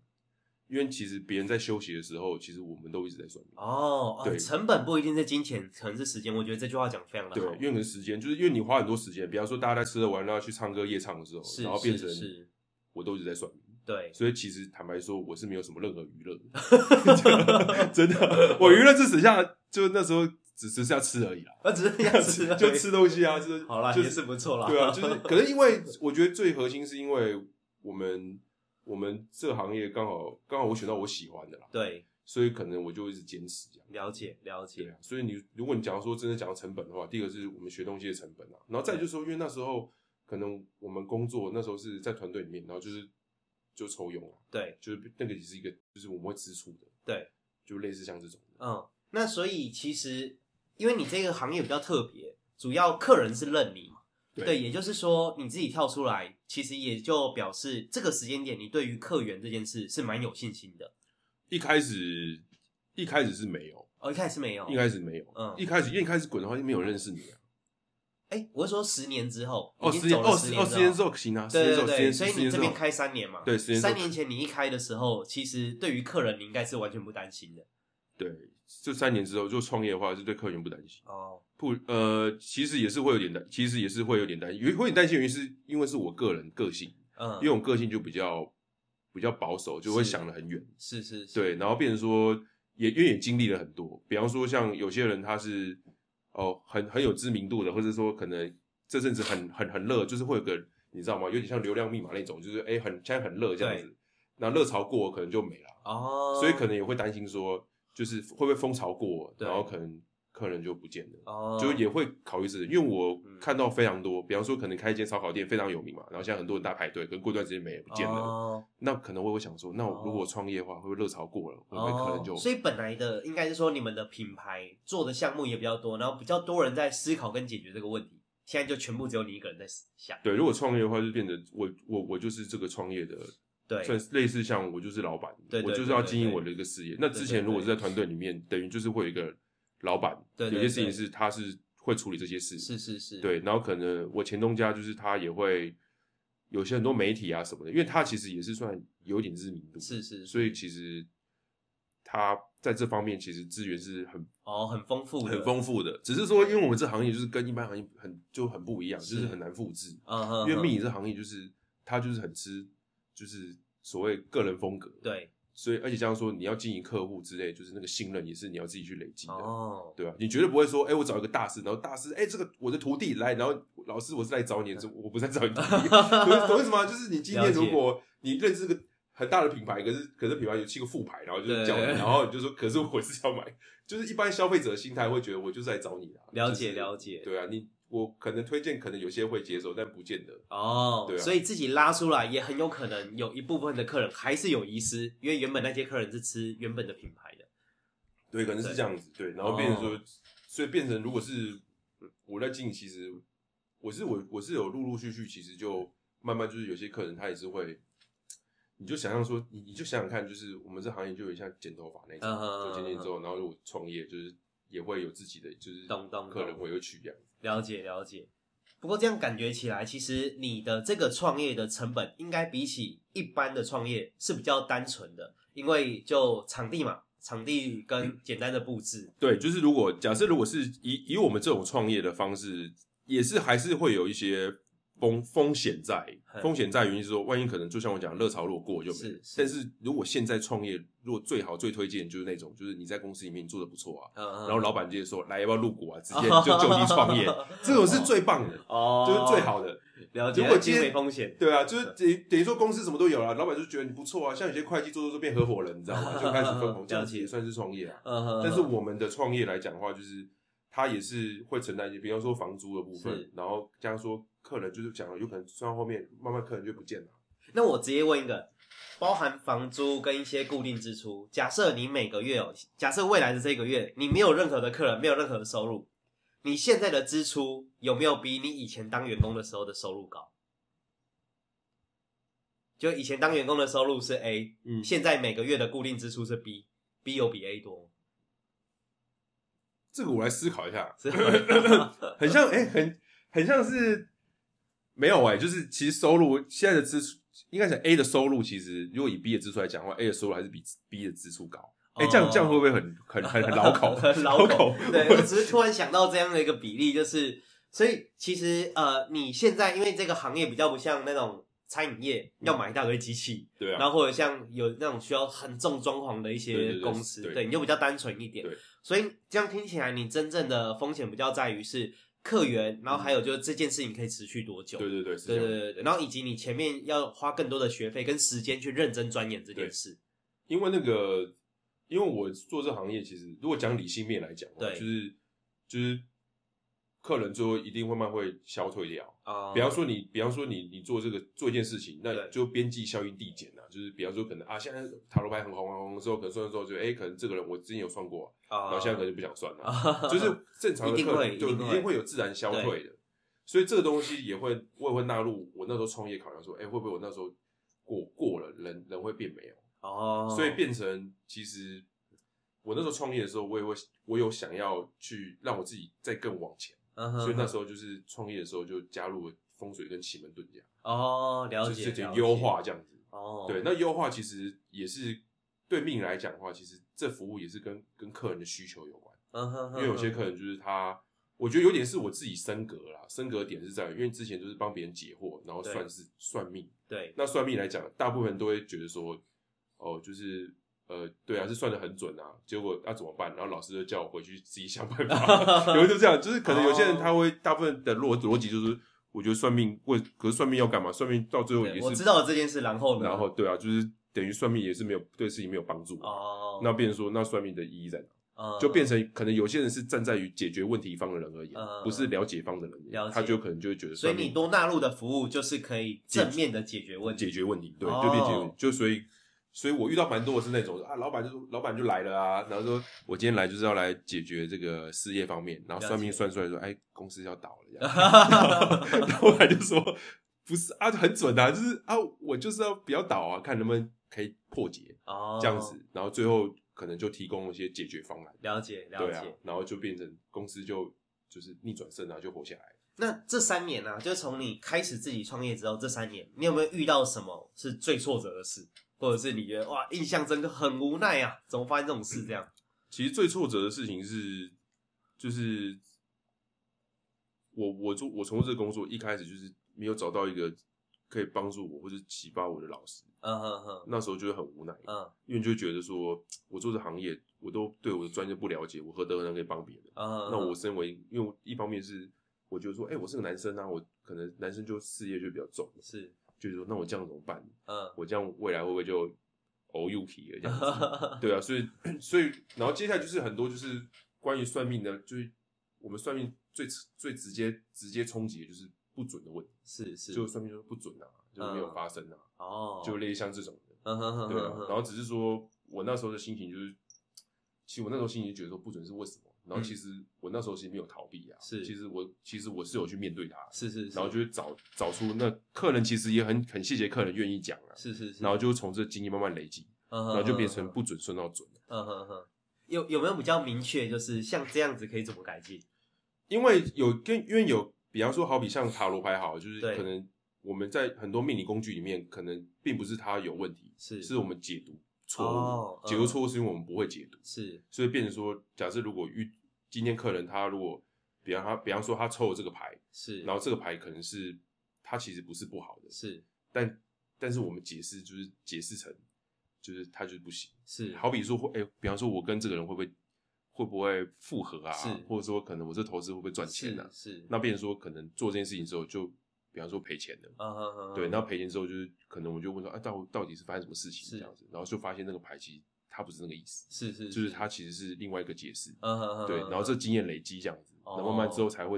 Speaker 3: 因为其实别人在休息的时候，其实我们都一直在算命。
Speaker 2: 哦，哦
Speaker 3: 对
Speaker 2: 成本不一定是金钱，可能是时间。我觉得这句话讲得非常的
Speaker 3: 对
Speaker 2: 好，，
Speaker 3: 因为可能时间，就是因为你花很多时间，比方说大家在吃喝玩乐、去唱歌、夜唱的时候，
Speaker 2: 是
Speaker 3: 然后变成
Speaker 2: 是是，
Speaker 3: 我都一直在算命。
Speaker 2: 对，
Speaker 3: 所以其实坦白说，我是没有什么任何娱乐 的，真的，我娱乐就只剩下就那时候只只剩下吃而已啦，
Speaker 2: 我只 是要吃而已，
Speaker 3: 就吃东西啊，就是
Speaker 2: 好啦，
Speaker 3: 就
Speaker 2: 也是不错啦。
Speaker 3: 对啊，就是可能因为我觉得最核心是因为我们我们这行业刚好刚好我选到我喜欢的啦，
Speaker 2: 对，
Speaker 3: 所以可能我就一直坚持这样。
Speaker 2: 了解了
Speaker 3: 对
Speaker 2: 解，
Speaker 3: 啊，所以你如果你讲说真的讲到成本的话，第一个是我们学东西的成本啊，然后再就是说，因为那时候可能我们工作那时候是在团队里面，然后就是就抽佣啊，
Speaker 2: 对
Speaker 3: 就是那个也是一个，就是我们会支出的，
Speaker 2: 对，
Speaker 3: 就类似像这种的，
Speaker 2: 嗯，那所以其实因为你这个行业比较特别，主要客人是认你嘛，
Speaker 3: 对
Speaker 2: 对，也就是说你自己跳出来，其实也就表示这个时间点你对于客源这件事是蛮有信心的。
Speaker 3: 一开始一开始是没有，
Speaker 2: 哦，一开始没有，
Speaker 3: 一开始没有，
Speaker 2: 嗯
Speaker 3: 一开始因为一开始滚的话就没有人认识你啊，
Speaker 2: 哎，我是说十年之后，
Speaker 3: 哦，
Speaker 2: 已经
Speaker 3: 十年，
Speaker 2: 走了
Speaker 3: 哦，
Speaker 2: 十
Speaker 3: 十
Speaker 2: 年
Speaker 3: 哦，
Speaker 2: 之
Speaker 3: 十年
Speaker 2: 后
Speaker 3: 之后行啊，十年
Speaker 2: 对对
Speaker 3: 之后，十
Speaker 2: 对，
Speaker 3: 年，
Speaker 2: 所以
Speaker 3: 十
Speaker 2: 你
Speaker 3: 年
Speaker 2: 这
Speaker 3: 之
Speaker 2: 边
Speaker 3: 后，
Speaker 2: 开三年嘛，
Speaker 3: 对十年之后
Speaker 2: 三年前你一开的时候，其实对于客人你应该是完全不担心的
Speaker 3: 对，就三年之后就创业的话，就对客源不担心，
Speaker 2: 哦，
Speaker 3: 不，呃，其实也是会有点担，其实也是会有点担心，有会有点担心，原因是因为是我个人个性，
Speaker 2: 嗯，
Speaker 3: 因为我个性就比较比较保守，就会
Speaker 2: 是
Speaker 3: 想得很远，
Speaker 2: 是是是，
Speaker 3: 对，然后变成说也因为也经历了很多，比方说像有些人他是哦很很有知名度的，或者说可能这阵子很很很热，就是会有个你知道吗？有点像流量密码那种，就是哎很现在很热这样子，那热潮过可能就没了，
Speaker 2: 哦，
Speaker 3: 所以可能也会担心说就是会不会风潮过，
Speaker 2: 对
Speaker 3: 然后可能客人就不见了。
Speaker 2: 哦，
Speaker 3: 就也会考虑这个，因为我
Speaker 2: 嗯
Speaker 3: 看到非常多，比方说可能开一间烧烤店非常有名嘛，然后现在很多人在排队，可能过一段时间没不见了，
Speaker 2: 哦，
Speaker 3: 那可能我会想说，那我如果
Speaker 2: 哦
Speaker 3: 我创业的话，会不会热潮过了，会不会可能就、
Speaker 2: 哦所以本来的应该是说你们的品牌做的项目也比较多，然后比较多人在思考跟解决这个问题，现在就全部只有你一个人在想，
Speaker 3: 对？如果创业的话，就变成我我我就是这个创业的，
Speaker 2: 对，
Speaker 3: 算是类似像我就是老板，
Speaker 2: 对对
Speaker 3: 我就是要经营我的一个事业。那之前如果是在团队里面，等于就是会有一个老板，
Speaker 2: 对对
Speaker 3: 有些事情是他是会处理这些事，
Speaker 2: 是是是，
Speaker 3: 对，然后可能我前东家就是他也会有些很多媒体啊什么的，因为他其实也是算有点知名度，
Speaker 2: 是是，
Speaker 3: 所以其实他在这方面其实资源是很
Speaker 2: 哦，很丰富，
Speaker 3: 很，丰富的，只是说，因为我们这行业就是跟一般行业很就很不一样，
Speaker 2: 嗯是
Speaker 3: 就是很难复制。
Speaker 2: 嗯哼，
Speaker 3: 因为
Speaker 2: 哼
Speaker 3: 命理这行业就是它就是很吃，就是所谓个人风格，
Speaker 2: 对
Speaker 3: 所以而且加上说你要经营客户之类，就是那个信任也是你要自己去累积的。
Speaker 2: 哦，
Speaker 3: 对啊，你绝对不会说，哎、我找一个大师，然后大师，哎、这个我的徒弟来，然后老师，我是来找你的，这我不是来找你徒弟，
Speaker 2: 哦
Speaker 3: 懂懂为什么吗？啊就是你今天如果你认识个很大的品牌，可是可是品牌有七个副牌，然后就是叫你，
Speaker 2: 对
Speaker 3: 然后你就说，可是我是要买， 就是一般消费者的心态会觉得我就是来找你的、啊，
Speaker 2: 了解
Speaker 3: 就是
Speaker 2: 了解
Speaker 3: 对啊，你我可能推荐，可能有些会接受，但不见得。
Speaker 2: 哦，
Speaker 3: 对啊
Speaker 2: 所以自己拉出来也很有可能有一部分的客人还是有遗失，因为原本那些客人是吃原本的品牌的。
Speaker 3: 对，可能是这样子，对，然后变成
Speaker 2: 哦
Speaker 3: 说，所以变成如果是我在经营，其实我是我我是有陆陆续续，其实就慢慢就是有些客人他也是会，你就想象说，你你就想想看，就是我们这行业就有像剪头发那
Speaker 2: 嗯哼
Speaker 3: 种，就剪剪之
Speaker 2: 嗯
Speaker 3: 后，然后如果创业就是也会有自己的，就是
Speaker 2: 懂懂
Speaker 3: 客人
Speaker 2: 懂
Speaker 3: 会有取样，
Speaker 2: 了解了解。不过这样感觉起来，其实你的这个创业的成本应该比起一般的创业是比较单纯的，因为就场地嘛，场地
Speaker 3: 嗯
Speaker 2: 跟简单的布置。
Speaker 3: 对，就是如果假设如果是以以我们这种创业的方式，也是还是会有一些风风险在
Speaker 2: 嘿，
Speaker 3: 风险在于就是说，万一可能就像我讲，热潮落过就没
Speaker 2: 是
Speaker 3: 了。
Speaker 2: 是
Speaker 3: 但是如果现在创业，如果最好最推荐就是那种，就是你在公司里面你做的不错啊，
Speaker 2: 嗯，
Speaker 3: 然
Speaker 2: 然
Speaker 3: 后老板直接说来要不要入股啊，直接就就地 创业，这种是最棒的，
Speaker 2: 哦，
Speaker 3: 就是最好的。
Speaker 2: 了解。
Speaker 3: 如果
Speaker 2: 经
Speaker 3: 今
Speaker 2: 没
Speaker 3: 天
Speaker 2: 风险，
Speaker 3: 对啊，就是等于等于说公司什么都有了，老板就觉得你不错啊，像有些会计做做做变合伙人，你知道吗？就开始 分红，这样子也算是创业啊。
Speaker 2: 嗯哼，
Speaker 3: 但是我们的创业来讲的话，就是他也是会承担一些，比方说房租的部
Speaker 2: 是
Speaker 3: 分，然后加上说客人就是讲了，有可能算到后面慢慢客人就不见了。
Speaker 2: 那我直接问一个，包含房租跟一些固定支出。假设你每个月哦，假设未来的这个月你没有任何的客人，没有任何的收入，你现在的支出有没有比你以前当员工的时候的收入高？就以前当员工的收入是 A，
Speaker 3: 嗯
Speaker 2: 现在每个月的固定支出是 B，B 有比 A 多吗？
Speaker 3: 这个我来思考一下，
Speaker 2: 是
Speaker 3: 很像哎、很很像是没有哎、就是其实收入现在的支出，应该讲 A 的收入，其实如果以 B 的支出来讲的话，A 的收入还是比 B 的支出高。 哎、这样这样会不会很 很很很老口？
Speaker 2: 哦很老口
Speaker 3: 口。
Speaker 2: 对，我只是突然想到这样的一个比例，就是所以其实呃，你现在因为这个行业比较不像那种餐饮业要买一大堆机器，
Speaker 3: 嗯对啊，
Speaker 2: 然后或者像有那种需要很重装潢的一
Speaker 3: 对对
Speaker 2: 些
Speaker 3: 对
Speaker 2: 公司，
Speaker 3: 对
Speaker 2: 你就比较单纯一点
Speaker 3: 对。
Speaker 2: 所以这样听起来，你真正的风险比较在于是客源，然后还有就是这件事情可以持续多久。
Speaker 3: 嗯对对对，是这
Speaker 2: 对
Speaker 3: 样
Speaker 2: 对。对对，然后以及你前面要花更多的学费跟时间去认真钻研这件事，
Speaker 3: 因为那个，因为我做这行业，其实如果讲理性面来讲的话，
Speaker 2: 对
Speaker 3: 就是就是客人最后一定会慢慢会消退掉。
Speaker 2: 啊
Speaker 3: 比方说你，比方说你，你做这个做一件事情，那
Speaker 2: 对
Speaker 3: 就边际效应递减啊。就是比方说，可能啊，现在塔罗牌很红，很红之后，可能算了之后，就哎、可能这个人我之前有算过，
Speaker 2: 哦
Speaker 3: 啊然后现在可能就不想算了、
Speaker 2: 啊
Speaker 3: 就是正常
Speaker 2: 一
Speaker 3: 的
Speaker 2: 定
Speaker 3: 客
Speaker 2: 会
Speaker 3: 人就
Speaker 2: 一
Speaker 3: 一
Speaker 2: 定会
Speaker 3: 定会有自然消退的，所以这个东西也会我也会纳入我那时候创业考量，说，哎、会不会我那时候过过了，人人会变没有？
Speaker 2: 哦，
Speaker 3: 所以变成其实我那时候创业的时候，我也会我有想要去让我自己再更往前，
Speaker 2: 嗯哼，
Speaker 3: 所以那时候就是创业的时候就加入了风水跟奇门遁甲，
Speaker 2: 哦，了
Speaker 3: 就
Speaker 2: 解，
Speaker 3: 是
Speaker 2: 了
Speaker 3: 就
Speaker 2: 解
Speaker 3: 优化这样子。
Speaker 2: 哦，
Speaker 3: 对，那优化其实也是对命来讲的话，其实这服务也是跟跟客人的需求有关，
Speaker 2: 嗯哼，
Speaker 3: 因为有些客人就是他。我觉得有点是我自己升格啦，升格点是在于，因为之前就是帮别人解惑，然后
Speaker 2: 对
Speaker 3: 算是算命，
Speaker 2: 对
Speaker 3: 那算命来讲，大部分人都会觉得说，哦，就是呃，对啊，是算的很准啊，结果要、怎么办？然后老师就叫我回去自己想办 法。有人就这样，就是可能有
Speaker 2: 哦
Speaker 3: 些人他会，大部分的逻逻辑就是，我觉得算命为，可是算命要干嘛？算命到最后也
Speaker 2: 对，
Speaker 3: 是，
Speaker 2: 我知道了这件事，然后呢，
Speaker 3: 然后对啊，就是等于算命也是没有对事情没有帮助。
Speaker 2: 哦，
Speaker 3: 那变成说，那算命的意义在哪？
Speaker 2: 嗯
Speaker 3: 就变成可能有些人是站在于解决问题方的人而言，
Speaker 2: 嗯
Speaker 3: 不是了解方的人而
Speaker 2: 了
Speaker 3: 言，
Speaker 2: 解
Speaker 3: 他就可能就会觉得
Speaker 2: 所以
Speaker 3: 算
Speaker 2: 你
Speaker 3: 命
Speaker 2: 多纳入的服务就是可以正面的解决问题，
Speaker 3: 解决问题，对，
Speaker 2: 哦
Speaker 3: 就变解决问题，就所以。所以我遇到蛮多的是那种啊，老板就说老板就来了啊，然后说我今天来就是要来解决这个事业方面，然后算命
Speaker 2: 了解
Speaker 3: 算出来说，哎，公司要倒了，这样然后他就说不是啊，很准啊，就是啊，我就是要不要倒啊，看能不能可以破解
Speaker 2: 哦，
Speaker 3: 这样子，然后最后可能就提供一些解决方案，
Speaker 2: 了解了
Speaker 3: 对啊
Speaker 2: 解。，
Speaker 3: 然后就变成公司就就是逆转胜啊，就活下来。
Speaker 2: 那这三年啊，就从你开始自己创业之后，这三年你有没有遇到什么是最挫折的事，或者是你觉得哇印象深刻，很无奈啊，怎么发生这种事这样？
Speaker 3: 其实最挫折的事情是，就是我我做我从事这个工作一开始就是没有找到一个可以帮助我或者启发我的老师，
Speaker 2: 嗯哼哼，
Speaker 3: 那时候就会很无奈，
Speaker 2: 嗯
Speaker 3: 因为就会觉得说我做这行业我都对我的专业不了解，我何德何能可以帮别人？
Speaker 2: 嗯哼，
Speaker 3: 那我身为，因为我一方面是我觉得说，哎、我是个男生啊，我可能男生就事业就比较重，
Speaker 2: 是，
Speaker 3: 就是说，那我这样怎么办？
Speaker 2: 嗯，
Speaker 3: 我这样未来会不会就 o u k 了这样子？ 对啊，所以所以然后接下来就是很多就是关于算命的，就是我们算命最最直接直接冲击的就是不准的问题，
Speaker 2: 是是，嗯
Speaker 3: 就算命说不准啊，就是没有发生啊，
Speaker 2: 哦，
Speaker 3: 就类似像这种的，
Speaker 2: 嗯哼哼，
Speaker 3: 对啊
Speaker 2: 哼。
Speaker 3: 然后只是说我那时候的心情就是，其实我那时候心情就觉得说不准是为什么，然后其实我那时候其实没有逃避啊，
Speaker 2: 嗯是
Speaker 3: 其实我其实我是有去面对它，
Speaker 2: 是是是，
Speaker 3: 然后就是找找出那客人其实也很很谢谢客人愿意讲啊，
Speaker 2: 是是是，嗯
Speaker 3: 然后就从这经验慢慢累积，
Speaker 2: 然
Speaker 3: 然后就变成不准顺到准了。
Speaker 2: 嗯哼哼，有有没有比较明确，就是像这样子可以怎么改进？
Speaker 3: 因为有跟因为有，比方说好比像塔罗牌好了，就是
Speaker 2: 对
Speaker 3: 可能我们在很多命理工具里面，可能并不是它有问题，
Speaker 2: 是
Speaker 3: 是我们解读错误，
Speaker 2: 哦嗯
Speaker 3: 解读错误是因为我们不会解读，
Speaker 2: 是，
Speaker 3: 所以变成说，假设如果遇今天客人他如果比方他比方说他抽了这个牌，
Speaker 2: 是，
Speaker 3: 然后这个牌可能是他其实不是不好的，
Speaker 2: 是
Speaker 3: 但但是我们解释就是解释成就是他就是不行。
Speaker 2: 是
Speaker 3: 好比说会，哎、比方说我跟这个人会不会会不会复合啊
Speaker 2: 是？
Speaker 3: 或者说可能我这投资会不会赚钱啊
Speaker 2: 是？是，嗯
Speaker 3: 那变成说可能做这件事情之后就，比方说赔钱了。
Speaker 2: 嗯哼哼，
Speaker 3: 对，那赔钱之后就是可能我就问说，啊，到到底是发生什么事情
Speaker 2: 是
Speaker 3: 这样子，然后就发现那个牌其实它不是那个意思，
Speaker 2: 是是
Speaker 3: 就是它，其实是另外一个解释。
Speaker 2: 嗯哼哼，
Speaker 3: 对，然后这经验累积这样子，
Speaker 2: 哦
Speaker 3: 然后慢慢之后才会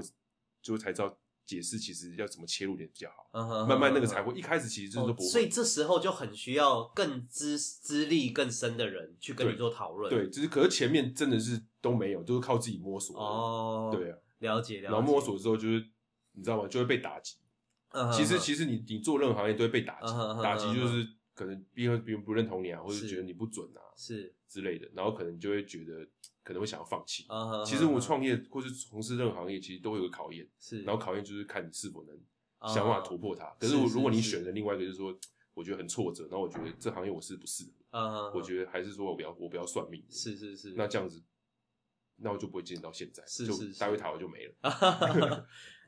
Speaker 3: 就才知道解释其实要怎么切入点比较好，
Speaker 2: 嗯哼哼
Speaker 3: 慢慢那个才会一开始其实就是
Speaker 2: 哦
Speaker 3: 都不会。
Speaker 2: 所以这时候就很需要更资资历更深的人去跟你
Speaker 3: 对
Speaker 2: 做讨论，
Speaker 3: 对，就是可是前面真的是都没有，都是靠自己摸索的。
Speaker 2: 哦，
Speaker 3: 对啊，
Speaker 2: 了解了解，
Speaker 3: 然后摸索之后，就是你知道吗？就会被打击。
Speaker 2: 嗯哼哼，
Speaker 3: 其实，其实你你做任何行业都会被打击
Speaker 2: 嗯哼嗯哼，
Speaker 3: 打击就是可能别人别人不认同你啊，或者
Speaker 2: 是
Speaker 3: 觉得你不准啊
Speaker 2: 是，
Speaker 3: 之类的，然后可能就会觉得可能会想要放弃。
Speaker 2: 嗯哼哼，
Speaker 3: 其实我创业或是从事任何行业，其实都会有个考验，
Speaker 2: 是，
Speaker 3: 然后考验就是看你是否能
Speaker 2: 嗯
Speaker 3: 想办法突，破它。可
Speaker 2: 是
Speaker 3: 是我
Speaker 2: 是
Speaker 3: 如果你
Speaker 2: 是
Speaker 3: 选的另外一个，就是说我觉得很挫折，然后我觉得这行业我是不适合，
Speaker 2: 嗯哼哼，
Speaker 3: 我觉得还是说我不要我不要算命，
Speaker 2: 是是是，
Speaker 3: 那这样子，那我就不会进到现在，
Speaker 2: 是
Speaker 3: 就是
Speaker 2: 是
Speaker 3: 大卫塔我就没了。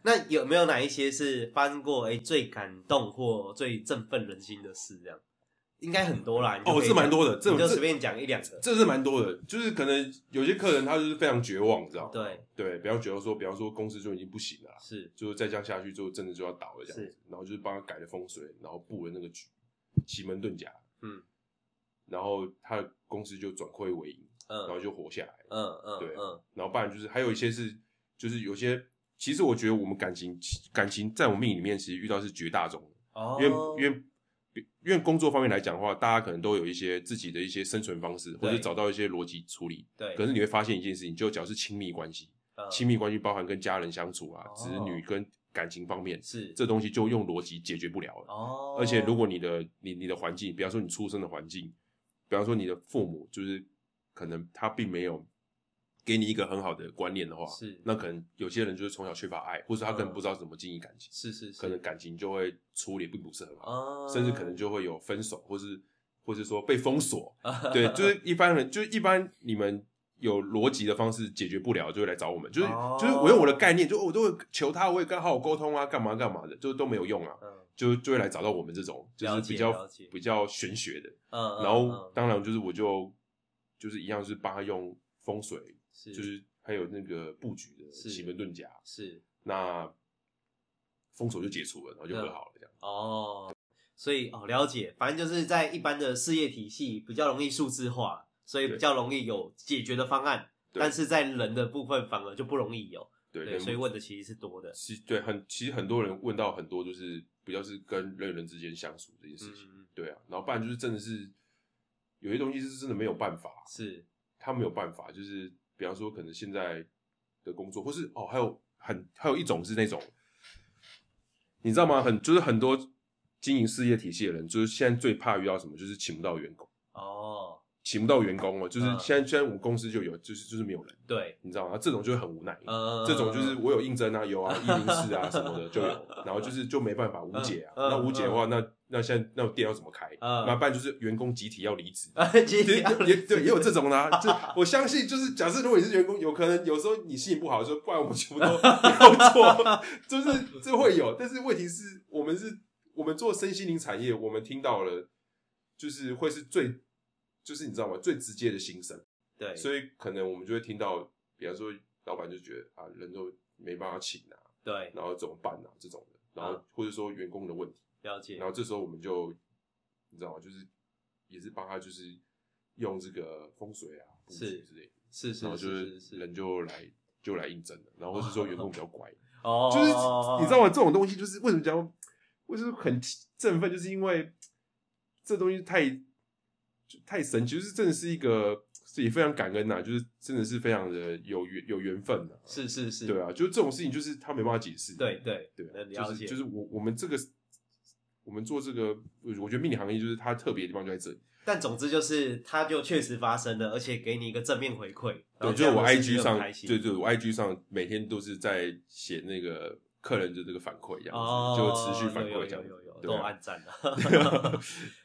Speaker 2: 那有没有哪一些是发生过哎、诶最感动或最振奋人心的事？这样应该很多啦。你就
Speaker 3: 哦
Speaker 2: 可以
Speaker 3: 这蛮
Speaker 2: 讲
Speaker 3: 多的这
Speaker 2: 你就
Speaker 3: 这
Speaker 2: 随便讲一两个。
Speaker 3: 这是蛮多的，就是可能有些客人他就是非常绝望，你知道吗？
Speaker 2: 对，
Speaker 3: 对，比方觉得说，比方说公司就已经不行了啦，
Speaker 2: 是
Speaker 3: 就是再这样下去就真的就要倒了这样
Speaker 2: 是
Speaker 3: 子，然后就是帮他改了风水，然后布了那个局，奇门遁甲，
Speaker 2: 嗯，
Speaker 3: 然后他的公司就转亏为盈，然后
Speaker 2: 嗯
Speaker 3: 就活下来。
Speaker 2: 嗯嗯
Speaker 3: 对
Speaker 2: 嗯
Speaker 3: 然后不然就是还有一些是，就是有些其实我觉得我们感情感情在我命里面其实遇到是绝大众的，
Speaker 2: 哦，
Speaker 3: 因为、因为因为工作方面来讲的话，大家可能都有一些自己的一些生存方式，或者
Speaker 2: 对
Speaker 3: 找到一些逻辑处理。
Speaker 2: 对，
Speaker 3: 可是你会发现一件事情，就只要是亲密关系，
Speaker 2: 嗯
Speaker 3: 亲密关系包含跟家人相处啊、
Speaker 2: 哦
Speaker 3: 子女跟感情方面，
Speaker 2: 是
Speaker 3: 这东西就用逻辑解决不了了。
Speaker 2: 哦，
Speaker 3: 而且如果你的你你的环境，比方说你出生的环境，比方说你的父母，就是可能他并没有给你一个很好的观念的话，
Speaker 2: 是
Speaker 3: 那可能有些人就是从小缺乏爱，或者他可能
Speaker 2: 嗯
Speaker 3: 不知道怎么经营感情，
Speaker 2: 是是是
Speaker 3: 可能感情就会处理并不是很好，
Speaker 2: 啊，
Speaker 3: 甚至 可能就会有分手，或是或是说被封锁。 对，就是一般人，就是一般你们有逻辑的方式解决不了，就会来找我们。就是、
Speaker 2: 哦
Speaker 3: 就是我用我的概念，就我都会求他，我也跟他好好沟通啊，干嘛干嘛的，就都没有用啊，
Speaker 2: 嗯
Speaker 3: 就就会来找到我们这种就
Speaker 2: 了
Speaker 3: 是
Speaker 2: 解
Speaker 3: 比
Speaker 2: 了
Speaker 3: 较
Speaker 2: 解
Speaker 3: 比较玄学的。
Speaker 2: 嗯，嗯
Speaker 3: 然后
Speaker 2: 嗯
Speaker 3: 当然就是我就就是一样是帮他用风水，
Speaker 2: 是
Speaker 3: 就是还有那个布局的
Speaker 2: 是
Speaker 3: 奇门遁甲，
Speaker 2: 是
Speaker 3: 那封锁就解除了，然后就和好了这样。
Speaker 2: 哦，所以哦了解，反正就是在一般的事业体系比较容易数字化，所以比
Speaker 3: 对
Speaker 2: 较容易有解决的方案，
Speaker 3: 对
Speaker 2: 但是在人的部分反而就不容易有。
Speaker 3: 对，
Speaker 2: 对，
Speaker 3: 那
Speaker 2: 所以问的其实是多的。
Speaker 3: 其对很，其实很多人问到很多就是比较是跟人与人之间相处这件事情，
Speaker 2: 嗯，
Speaker 3: 对啊，然后不然就是真的是有些东西是真的没有办法，
Speaker 2: 是，
Speaker 3: 他没有办法，就是比方说可能现在的工作，或是哦，还有很还有一种是那种，你知道吗？很就是很多经营事业体系的人，就是现在最怕遇到什么，就是请不到员工，
Speaker 2: 哦，
Speaker 3: 请不到员工哦，就是
Speaker 2: 嗯
Speaker 3: 现在、现在我们公司就有，就是就是没有人，
Speaker 2: 对，
Speaker 3: 你知道吗？这种就会很无奈，
Speaker 2: 呃，
Speaker 3: 嗯这种就是我有应征啊，有 啊，一零四啊什么的就有，然后就是就没办法无解啊。
Speaker 2: 嗯嗯
Speaker 3: 那无解的话，那那现在那店要怎么开？
Speaker 2: 嗯
Speaker 3: 那不然就是员工集体要 离职。
Speaker 2: 啊，其
Speaker 3: 也
Speaker 2: 实要
Speaker 3: 也对，也有这种的、啊。这我相信，就是假设如果你是员工，有可能有时候你心情不好，说 不然我们全部都不要做，就是这会有。但是问题是我们是，我们做身心灵产业，我们听到了，就是会是最，就是你知道吗？最直接的心声，
Speaker 2: 对，
Speaker 3: 所以可能我们就会听到，比方说老板就觉得啊，人都没办法请啊，
Speaker 2: 对，
Speaker 3: 然后怎么办啊这种的，然后
Speaker 2: 啊
Speaker 3: 或者说员工的问题，
Speaker 2: 了解
Speaker 3: 然，后这时候我们就你知道吗？就是也是帮他就是用这个风水啊、布局
Speaker 2: 是
Speaker 3: 之类的，
Speaker 2: 是是
Speaker 3: 然后就是
Speaker 2: 是
Speaker 3: 是
Speaker 2: 是，
Speaker 3: 人就来就来应征了，然后或是 说员工比较乖，
Speaker 2: 哦，
Speaker 3: 就是你知道吗？这种东西就是为什么讲，为什么很振奋，就是因为这东西太就太神奇，就是真的是一个是也非常感恩呐、就是真的是非常的有缘有缘分的、
Speaker 2: 是是是，
Speaker 3: 对啊，就是这种事情就是他没办法解释，
Speaker 2: 对对
Speaker 3: 对
Speaker 2: 能
Speaker 3: 啊，
Speaker 2: 了
Speaker 3: 就
Speaker 2: 解，
Speaker 3: 是就是我我们这个我们做这个，我觉得命理行业就是它特别的地方就在这里，
Speaker 2: 但总之就是，它就确实发生了，而且给你一个正面回馈，然
Speaker 3: 对，
Speaker 2: 后
Speaker 3: 就是我
Speaker 2: 这样子
Speaker 3: IG
Speaker 2: 就很
Speaker 3: 上
Speaker 2: 开，
Speaker 3: 对
Speaker 2: 心，
Speaker 3: 对，我 IG 上每天都是在写那个客人的这个反馈，这样子、
Speaker 2: 哦，
Speaker 3: 就持续反
Speaker 2: 有
Speaker 3: 馈这
Speaker 2: 有
Speaker 3: 样
Speaker 2: 有
Speaker 3: 子
Speaker 2: 有有，
Speaker 3: 对
Speaker 2: 都
Speaker 3: 啊
Speaker 2: 按赞 了。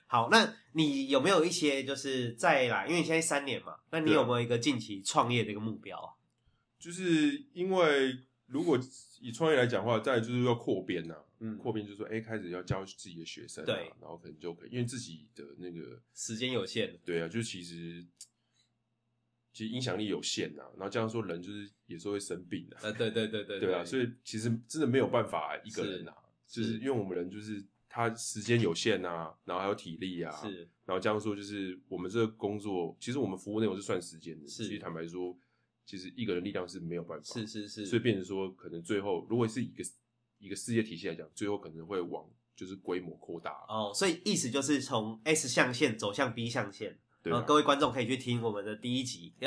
Speaker 2: 好，那你有没有一些就是再来，因为你现在三年嘛，那你
Speaker 3: 对啊
Speaker 2: 有没有一个近期创业的一个目标啊？
Speaker 3: 就是因为如果以创业来讲的话，再来就是要扩编呐、
Speaker 2: 嗯
Speaker 3: 扩编就是说，哎、开始要教自己的学生、啊，
Speaker 2: 对，
Speaker 3: 然后可能就可以，因为自己的那个，
Speaker 2: 时间有限，
Speaker 3: 对啊，就是其实其实影响力有限呐、然后这样说人就是有时候会生病啊，
Speaker 2: 呃，对对对对
Speaker 3: 对啊，所以其实真的没有办法一个人啊，
Speaker 2: 是
Speaker 3: 就是
Speaker 2: 是
Speaker 3: 因为我们人就是他时间有限啊，然后还有体力啊，
Speaker 2: 是
Speaker 3: 然后这样说就是我们这个工作，其实我们服务内容是算时间的，
Speaker 2: 是
Speaker 3: 其实坦白说，其实一个人力量是没有办法，
Speaker 2: 是是是，
Speaker 3: 所以变成说，可能最后如果是一个一个事业体系来讲，最后可能会往就是规模扩大，
Speaker 2: 哦，所以意思就是从 S 象限走向 B 象限。
Speaker 3: 对啊吧、
Speaker 2: 呃，各位观众可以去听我们的第一集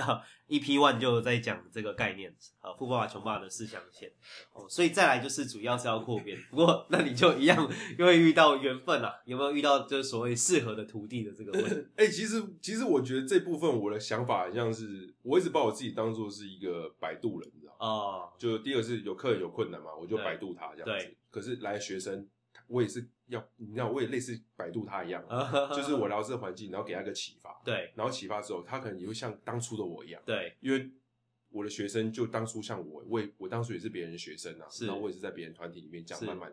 Speaker 2: ，EP One 就在讲这个概念，啊，富爸爸穷爸爸的四象限。哦，所以再来就是主要是要扩编，不过 那你就一样，因为遇到缘分啦、有没有遇到就是所谓适合的徒弟的这个问 题？
Speaker 3: 哎、其实其实我觉得这部分我的想法很像是，我一直把我自己当做是一个摆渡人，你知道吗？
Speaker 2: 哦，
Speaker 3: 就第二个是有客人有困难嘛，我就
Speaker 2: 对
Speaker 3: 百度他这样子
Speaker 2: 对。
Speaker 3: 可是来学生，我也是要，你知道，我也类似百度他一样，
Speaker 2: 啊
Speaker 3: 就是我聊这个环境，然后给他一个启发，
Speaker 2: 呃 对
Speaker 3: 然后启发之后，他可能也会像当初的我一样，
Speaker 2: 对
Speaker 3: 因为我的学生就当初像我，我也我当初也是别人的学生啊，
Speaker 2: 是
Speaker 3: 然后我也是在别人团体里面这样
Speaker 2: 是
Speaker 3: 慢慢，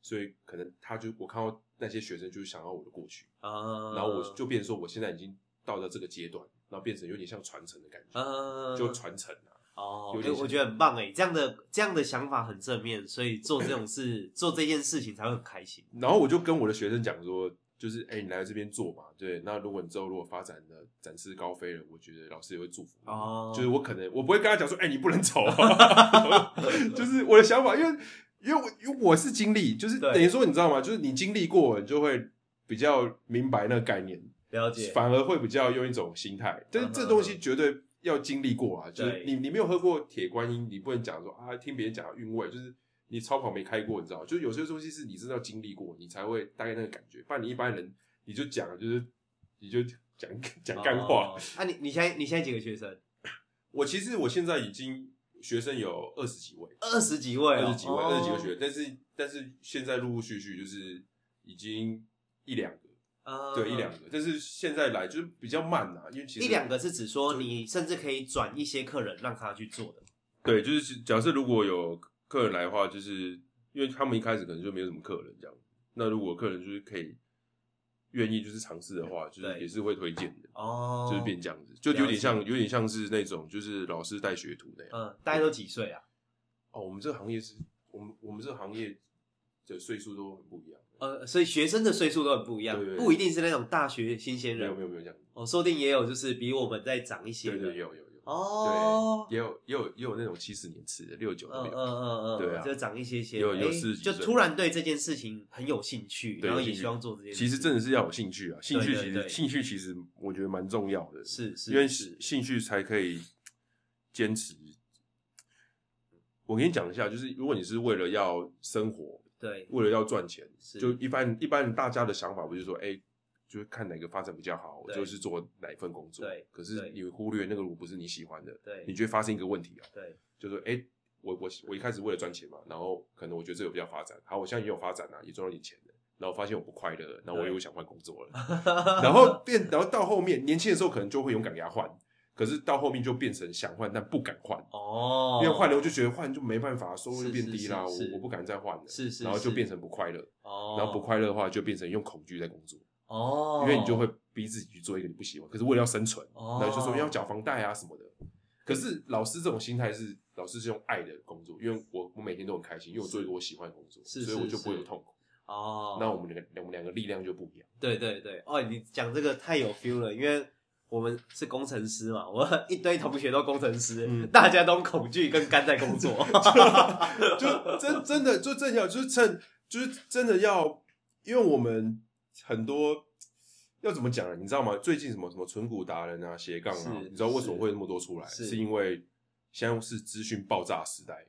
Speaker 3: 所以可能他就我看到那些学生就是想要我的过去，
Speaker 2: 啊，
Speaker 3: 然后我就变成说我现在已经到了这个阶段，然后变成有点像传承的感觉，
Speaker 2: 啊
Speaker 3: 就传承啊。
Speaker 2: 哦，
Speaker 3: 有
Speaker 2: 哎、
Speaker 3: 点
Speaker 2: 我觉得很棒哎，这样的这样的想法很正面，所以做这种事做这件事情才会很开心。
Speaker 3: 然后我就跟我的学生讲说，就是哎、你来这边做嘛，对，那如果你之后如果发展的展翅高飞了，我觉得老师也会祝福你。
Speaker 2: 哦
Speaker 3: 就是我可能我不会跟他讲说，哎、你不能走、 啊，就是我的想法，因为因为我因为我是经历，就是
Speaker 2: 对
Speaker 3: 等于说你知道吗？就是你经历过，你就会比较明白那个概念，
Speaker 2: 了解，
Speaker 3: 反而会比较用一种心态。但是这东西绝对要经历过啊，就是
Speaker 2: 对
Speaker 3: 你你没有喝过铁观音，你不能讲说啊，听别人讲的韵味，就是你超跑没开过，你知道吗，就是有些东西是你真的要经历过，你才会大概那个感觉，不然你一般人你就讲就是你就讲讲干话。
Speaker 2: 哦。啊，你你现在你现在几个学生？
Speaker 3: 我其实我现在已经学生有二十几位，
Speaker 2: 二十几位哦、
Speaker 3: 二十几位，
Speaker 2: 哦
Speaker 3: 二十几个学生，但是但是现在陆陆续续就是已经一两个，
Speaker 2: 啊
Speaker 3: 对一两个，但是现在来就是比较慢啊，因为其实
Speaker 2: 一两个是指说你甚至可以转一些客人让他去做的，
Speaker 3: 对，就是假设如果有客人来的话，就是因为他们一开始可能就没有什么客人这样，那如果客人就是可以愿意就是尝试的话，就是
Speaker 2: 对
Speaker 3: 也是会推荐的，
Speaker 2: 哦，
Speaker 3: 就是变这样子，就有
Speaker 2: 了
Speaker 3: 点
Speaker 2: 解
Speaker 3: 像有点像是那种就是老师带学徒那样。
Speaker 2: 嗯，大家都几岁啊？
Speaker 3: 哦，我们这个行业是我们我们这个行业的岁数都很不一样。
Speaker 2: 呃，所以学生的岁数都很不一样
Speaker 3: 对对，对
Speaker 2: 不一定是那种大学新鲜
Speaker 3: 没有没
Speaker 2: 人，
Speaker 3: 有没有这样，
Speaker 2: 哦，说不定也有就是比我们再长一些
Speaker 3: 对
Speaker 2: 的，
Speaker 3: 对有有有，
Speaker 2: 哦，
Speaker 3: 也有也有也有那种七十年次的六九
Speaker 2: 嗯
Speaker 3: 都
Speaker 2: 嗯
Speaker 3: 有，
Speaker 2: 嗯嗯，
Speaker 3: 对啊
Speaker 2: 就长一些些，
Speaker 3: 有有
Speaker 2: 哎
Speaker 3: 四十几
Speaker 2: 就
Speaker 3: 岁
Speaker 2: 突然对这件事情很有兴趣，
Speaker 3: 对
Speaker 2: 然后
Speaker 3: 有
Speaker 2: 也
Speaker 3: 兴趣
Speaker 2: 希望做这件事，
Speaker 3: 其实真的是要有兴趣啊，兴趣
Speaker 2: 嗯对对
Speaker 3: 其实
Speaker 2: 对
Speaker 3: 兴趣其实我觉得蛮重要的，
Speaker 2: 是是，
Speaker 3: 因为
Speaker 2: 是
Speaker 3: 兴趣才可以坚持。我跟你讲一下，就是如果你是为了要生活，
Speaker 2: 对
Speaker 3: 为了要赚钱，
Speaker 2: 嗯是
Speaker 3: 就一般一般大家的想法不是说，哎、就是看哪个发展比较好，我
Speaker 2: 对
Speaker 3: 就是做哪一份工作。
Speaker 2: 对
Speaker 3: 可是
Speaker 2: 对
Speaker 3: 你忽略那个如果不是你喜欢的，
Speaker 2: 对
Speaker 3: 你就会发生一个问题啊，
Speaker 2: 对
Speaker 3: 就是哎、我我我一开始为了赚钱嘛，然后可能我觉得这个比较发展，好，我现在也有发展啊，也赚到点钱了，然后发现我不快乐了，然后我
Speaker 2: 对
Speaker 3: 又想换工作了， 然后变，然后到后面年轻的时候可能就会勇敢给他换，可是到后面就变成想换但不敢换，
Speaker 2: 哦，
Speaker 3: 因为换了我就觉得换就没办法，收入
Speaker 2: 是
Speaker 3: 就变低啦，
Speaker 2: 是是
Speaker 3: 我我不敢再换了，
Speaker 2: 是是
Speaker 3: 然后就是变成不快乐，
Speaker 2: 哦，哦
Speaker 3: 然后不快乐的话就变成用恐惧在工作，
Speaker 2: 哦，
Speaker 3: 因为你就会逼自己去做一个你不喜欢，可是为了要生存，
Speaker 2: 哦，
Speaker 3: 那就说要缴房贷啊什么的。可是老师这种心态是，老师是用爱的工作，因为我我每天都很开心，因为我做一个我喜欢的工作，
Speaker 2: 是
Speaker 3: 所以
Speaker 2: 是
Speaker 3: 我就不会有
Speaker 2: 是
Speaker 3: 痛苦。
Speaker 2: 哦，
Speaker 3: 那我们两个我们两个力量就不一样。
Speaker 2: 对对对，哦，你讲这个太有 feel 了，因为我们是工程师嘛，我一堆同学都工程师，
Speaker 3: 嗯
Speaker 2: 大家都恐惧跟肝在工作。
Speaker 3: 就真真的就正要就是趁就是真的要，因为我们很多要怎么讲啊呢？你知道吗？最近什么什么存股达人啊、斜杠啊，
Speaker 2: 是
Speaker 3: 你知道为什么会那么多出来？
Speaker 2: 是
Speaker 3: 是因为现在是资讯爆炸时代，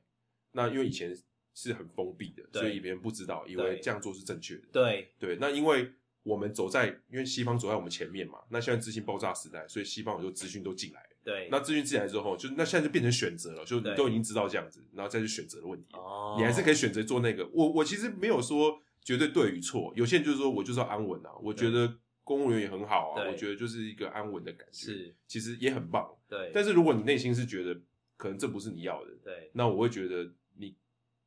Speaker 3: 那因为以前是很封闭的，
Speaker 2: 对
Speaker 3: 所以别人不知道，以为这样做是正确的。
Speaker 2: 对，
Speaker 3: 对，那因为我们走在因为西方走在我们前面嘛，那现在资讯爆炸时代，所以西方很多资讯都进来了。
Speaker 2: 对，
Speaker 3: 那资讯进来之后，就那现在就变成选择了，就你
Speaker 2: 对
Speaker 3: 都已经知道这样子，然后再去选择的问题。
Speaker 2: 哦，
Speaker 3: 你还是可以选择做那个。我我其实没有说绝对对与错，有些人就是说我就是要安稳啊，我觉得公务员也很好啊，
Speaker 2: 对
Speaker 3: 我觉得就是一个安稳的感觉，
Speaker 2: 是，
Speaker 3: 其实也很棒。
Speaker 2: 对，
Speaker 3: 但是如果你内心是觉得可能这不是你要的，
Speaker 2: 对，
Speaker 3: 那我会觉得你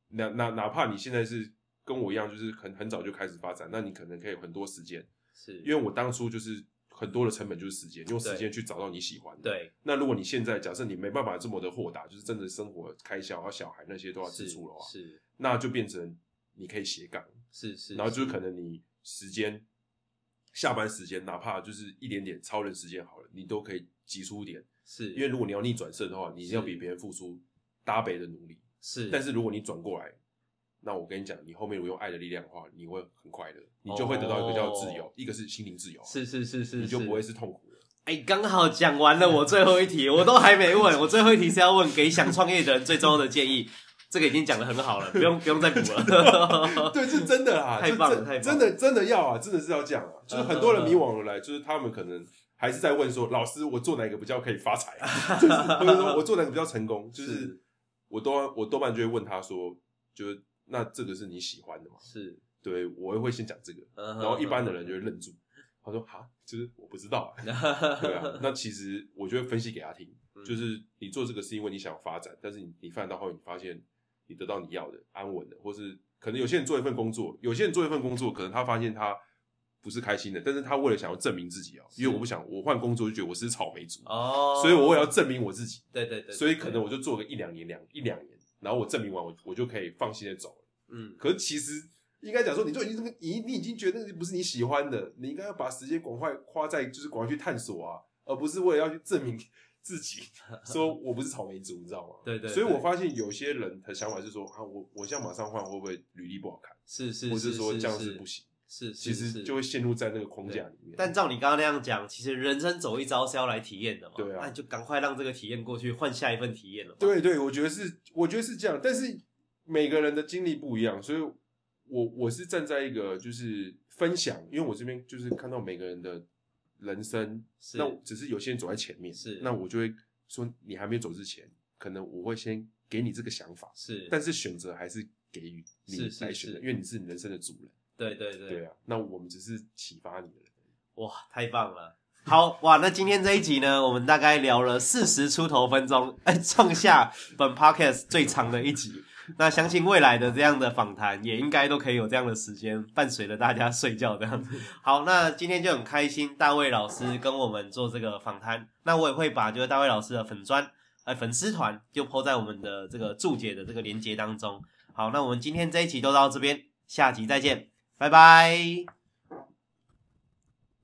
Speaker 3: 哪哪哪怕你现在是跟我一样，就是很很早就开始发展，那你可能可以有很多时间，
Speaker 2: 是，
Speaker 3: 因为我当初就是。很多的成本就是时间，用时间去找到你喜欢的。
Speaker 2: 对
Speaker 3: 那如果你现在假设你没办法这么的豁达，就是真的生活开销、还有啊小孩那些都要支
Speaker 2: 是
Speaker 3: 出的话，
Speaker 2: 是
Speaker 3: 那就变成你可以斜杠，
Speaker 2: 是是，
Speaker 3: 然后就是可能你时间下班时间，哪怕就是一点点超人时间好了，你都可以挤出一点，
Speaker 2: 是，
Speaker 3: 因为如果你要逆转胜的话，你一定要比别人付出搭倍的努力。
Speaker 2: 是，
Speaker 3: 但是如果你转过来，那我跟你讲，你后面如果用爱的力量的话，你会很快乐，你就会得到一个叫自由，
Speaker 2: 哦
Speaker 3: 一个是心灵自由，啊
Speaker 2: 是是是是，
Speaker 3: 你就是不会是痛苦的。
Speaker 2: 哎，刚好讲完了我最后一题，我都还没问，我最后一题是要问给想创业的人最重要的建议，这个已经讲的很好 了，不用不用再补了。
Speaker 3: 对，是真的啦，
Speaker 2: 太
Speaker 3: 就
Speaker 2: 棒了嗯
Speaker 3: 真
Speaker 2: 太棒
Speaker 3: 真的真的要啊，真的是要这样啊，就是很多人迷惘而来，就是他们可能还是在问说，老师，我做哪个比较可以发财、啊？ 就是或者说我做哪个比较成功？就是
Speaker 2: 是
Speaker 3: 我多我多半就会问他说，就是那这个是你喜欢的吗？
Speaker 2: 是，嗯
Speaker 3: 对我会先讲这个，
Speaker 2: 然
Speaker 3: 然后一般的人就会愣住，他说哈，就是我不知道、
Speaker 2: 嗯
Speaker 3: 啊，对啊，那其实我就会分析给他听， 就是你做这个是因为你想发展，但是你你发展到后面，你发现你得到你要的安稳的，或是可能有些人做一份工作，有些人做一份工作，可能他发现他不是开心的，但是他为了想要证明自己哦，因为我不想我换工作就觉得我是草莓族，
Speaker 2: 哦，
Speaker 3: 所以我也要证明我自己，
Speaker 2: 对对对，
Speaker 3: 所以可能我就做个一两年两一两年，然后我证明完我我就可以放心的走了。
Speaker 2: 嗯
Speaker 3: 可是其实应该讲说，你就已经这个你你已经觉得那个不是你喜欢的，你应该要把时间广快花在就是广快去探索啊，而不是为了要去证明 自己，说我不是草莓族，你知道吗？
Speaker 2: 对 对对
Speaker 3: 所以我发现有些人的想法是说啊，我我现在马上换会不会履历不好看，
Speaker 2: 是是，
Speaker 3: 或是说这样
Speaker 2: 是
Speaker 3: 是不，行，
Speaker 2: 是
Speaker 3: 其实就会。陷入在那个框架里面。
Speaker 2: 但照你刚刚那样讲，其实人生走一遭是要来体验的嘛，
Speaker 3: 对啊
Speaker 2: 那你就赶快让这个体验过去，换下一份体验了嘛。
Speaker 3: 对啊对，我觉得是，我觉得是这样，但是每个人的经历不一样，所以我我是站在一个就是分享，因为我这边就是看到每个人的人生，
Speaker 2: 是
Speaker 3: 那只是有些人走在前面，
Speaker 2: 是
Speaker 3: 那我就会说你还没走之前，可能我会先给你这个想法，
Speaker 2: 是，
Speaker 3: 但是选择还是给予你
Speaker 2: 是是
Speaker 3: 来选择，
Speaker 2: 是
Speaker 3: 因为你是你人生的主人，
Speaker 2: 对对对，
Speaker 3: 对啊，那我们只是启发你的人，
Speaker 2: 哇，太棒了！好哇，那今天这一集呢，我们大概聊了四十出头分钟， 哎，创下本 podcast 最长的一集。那相信未来的这样的访谈，也应该都可以有这样的时间，伴随着大家睡觉这样。好，那今天就很开心，大卫老师跟我们做这个访谈。那我也会把就是大卫老师的粉砖，呃，粉丝团就抛在我们的这个注解的这个连接当中。好，那我们今天这一集就到这边，下集再见，拜拜。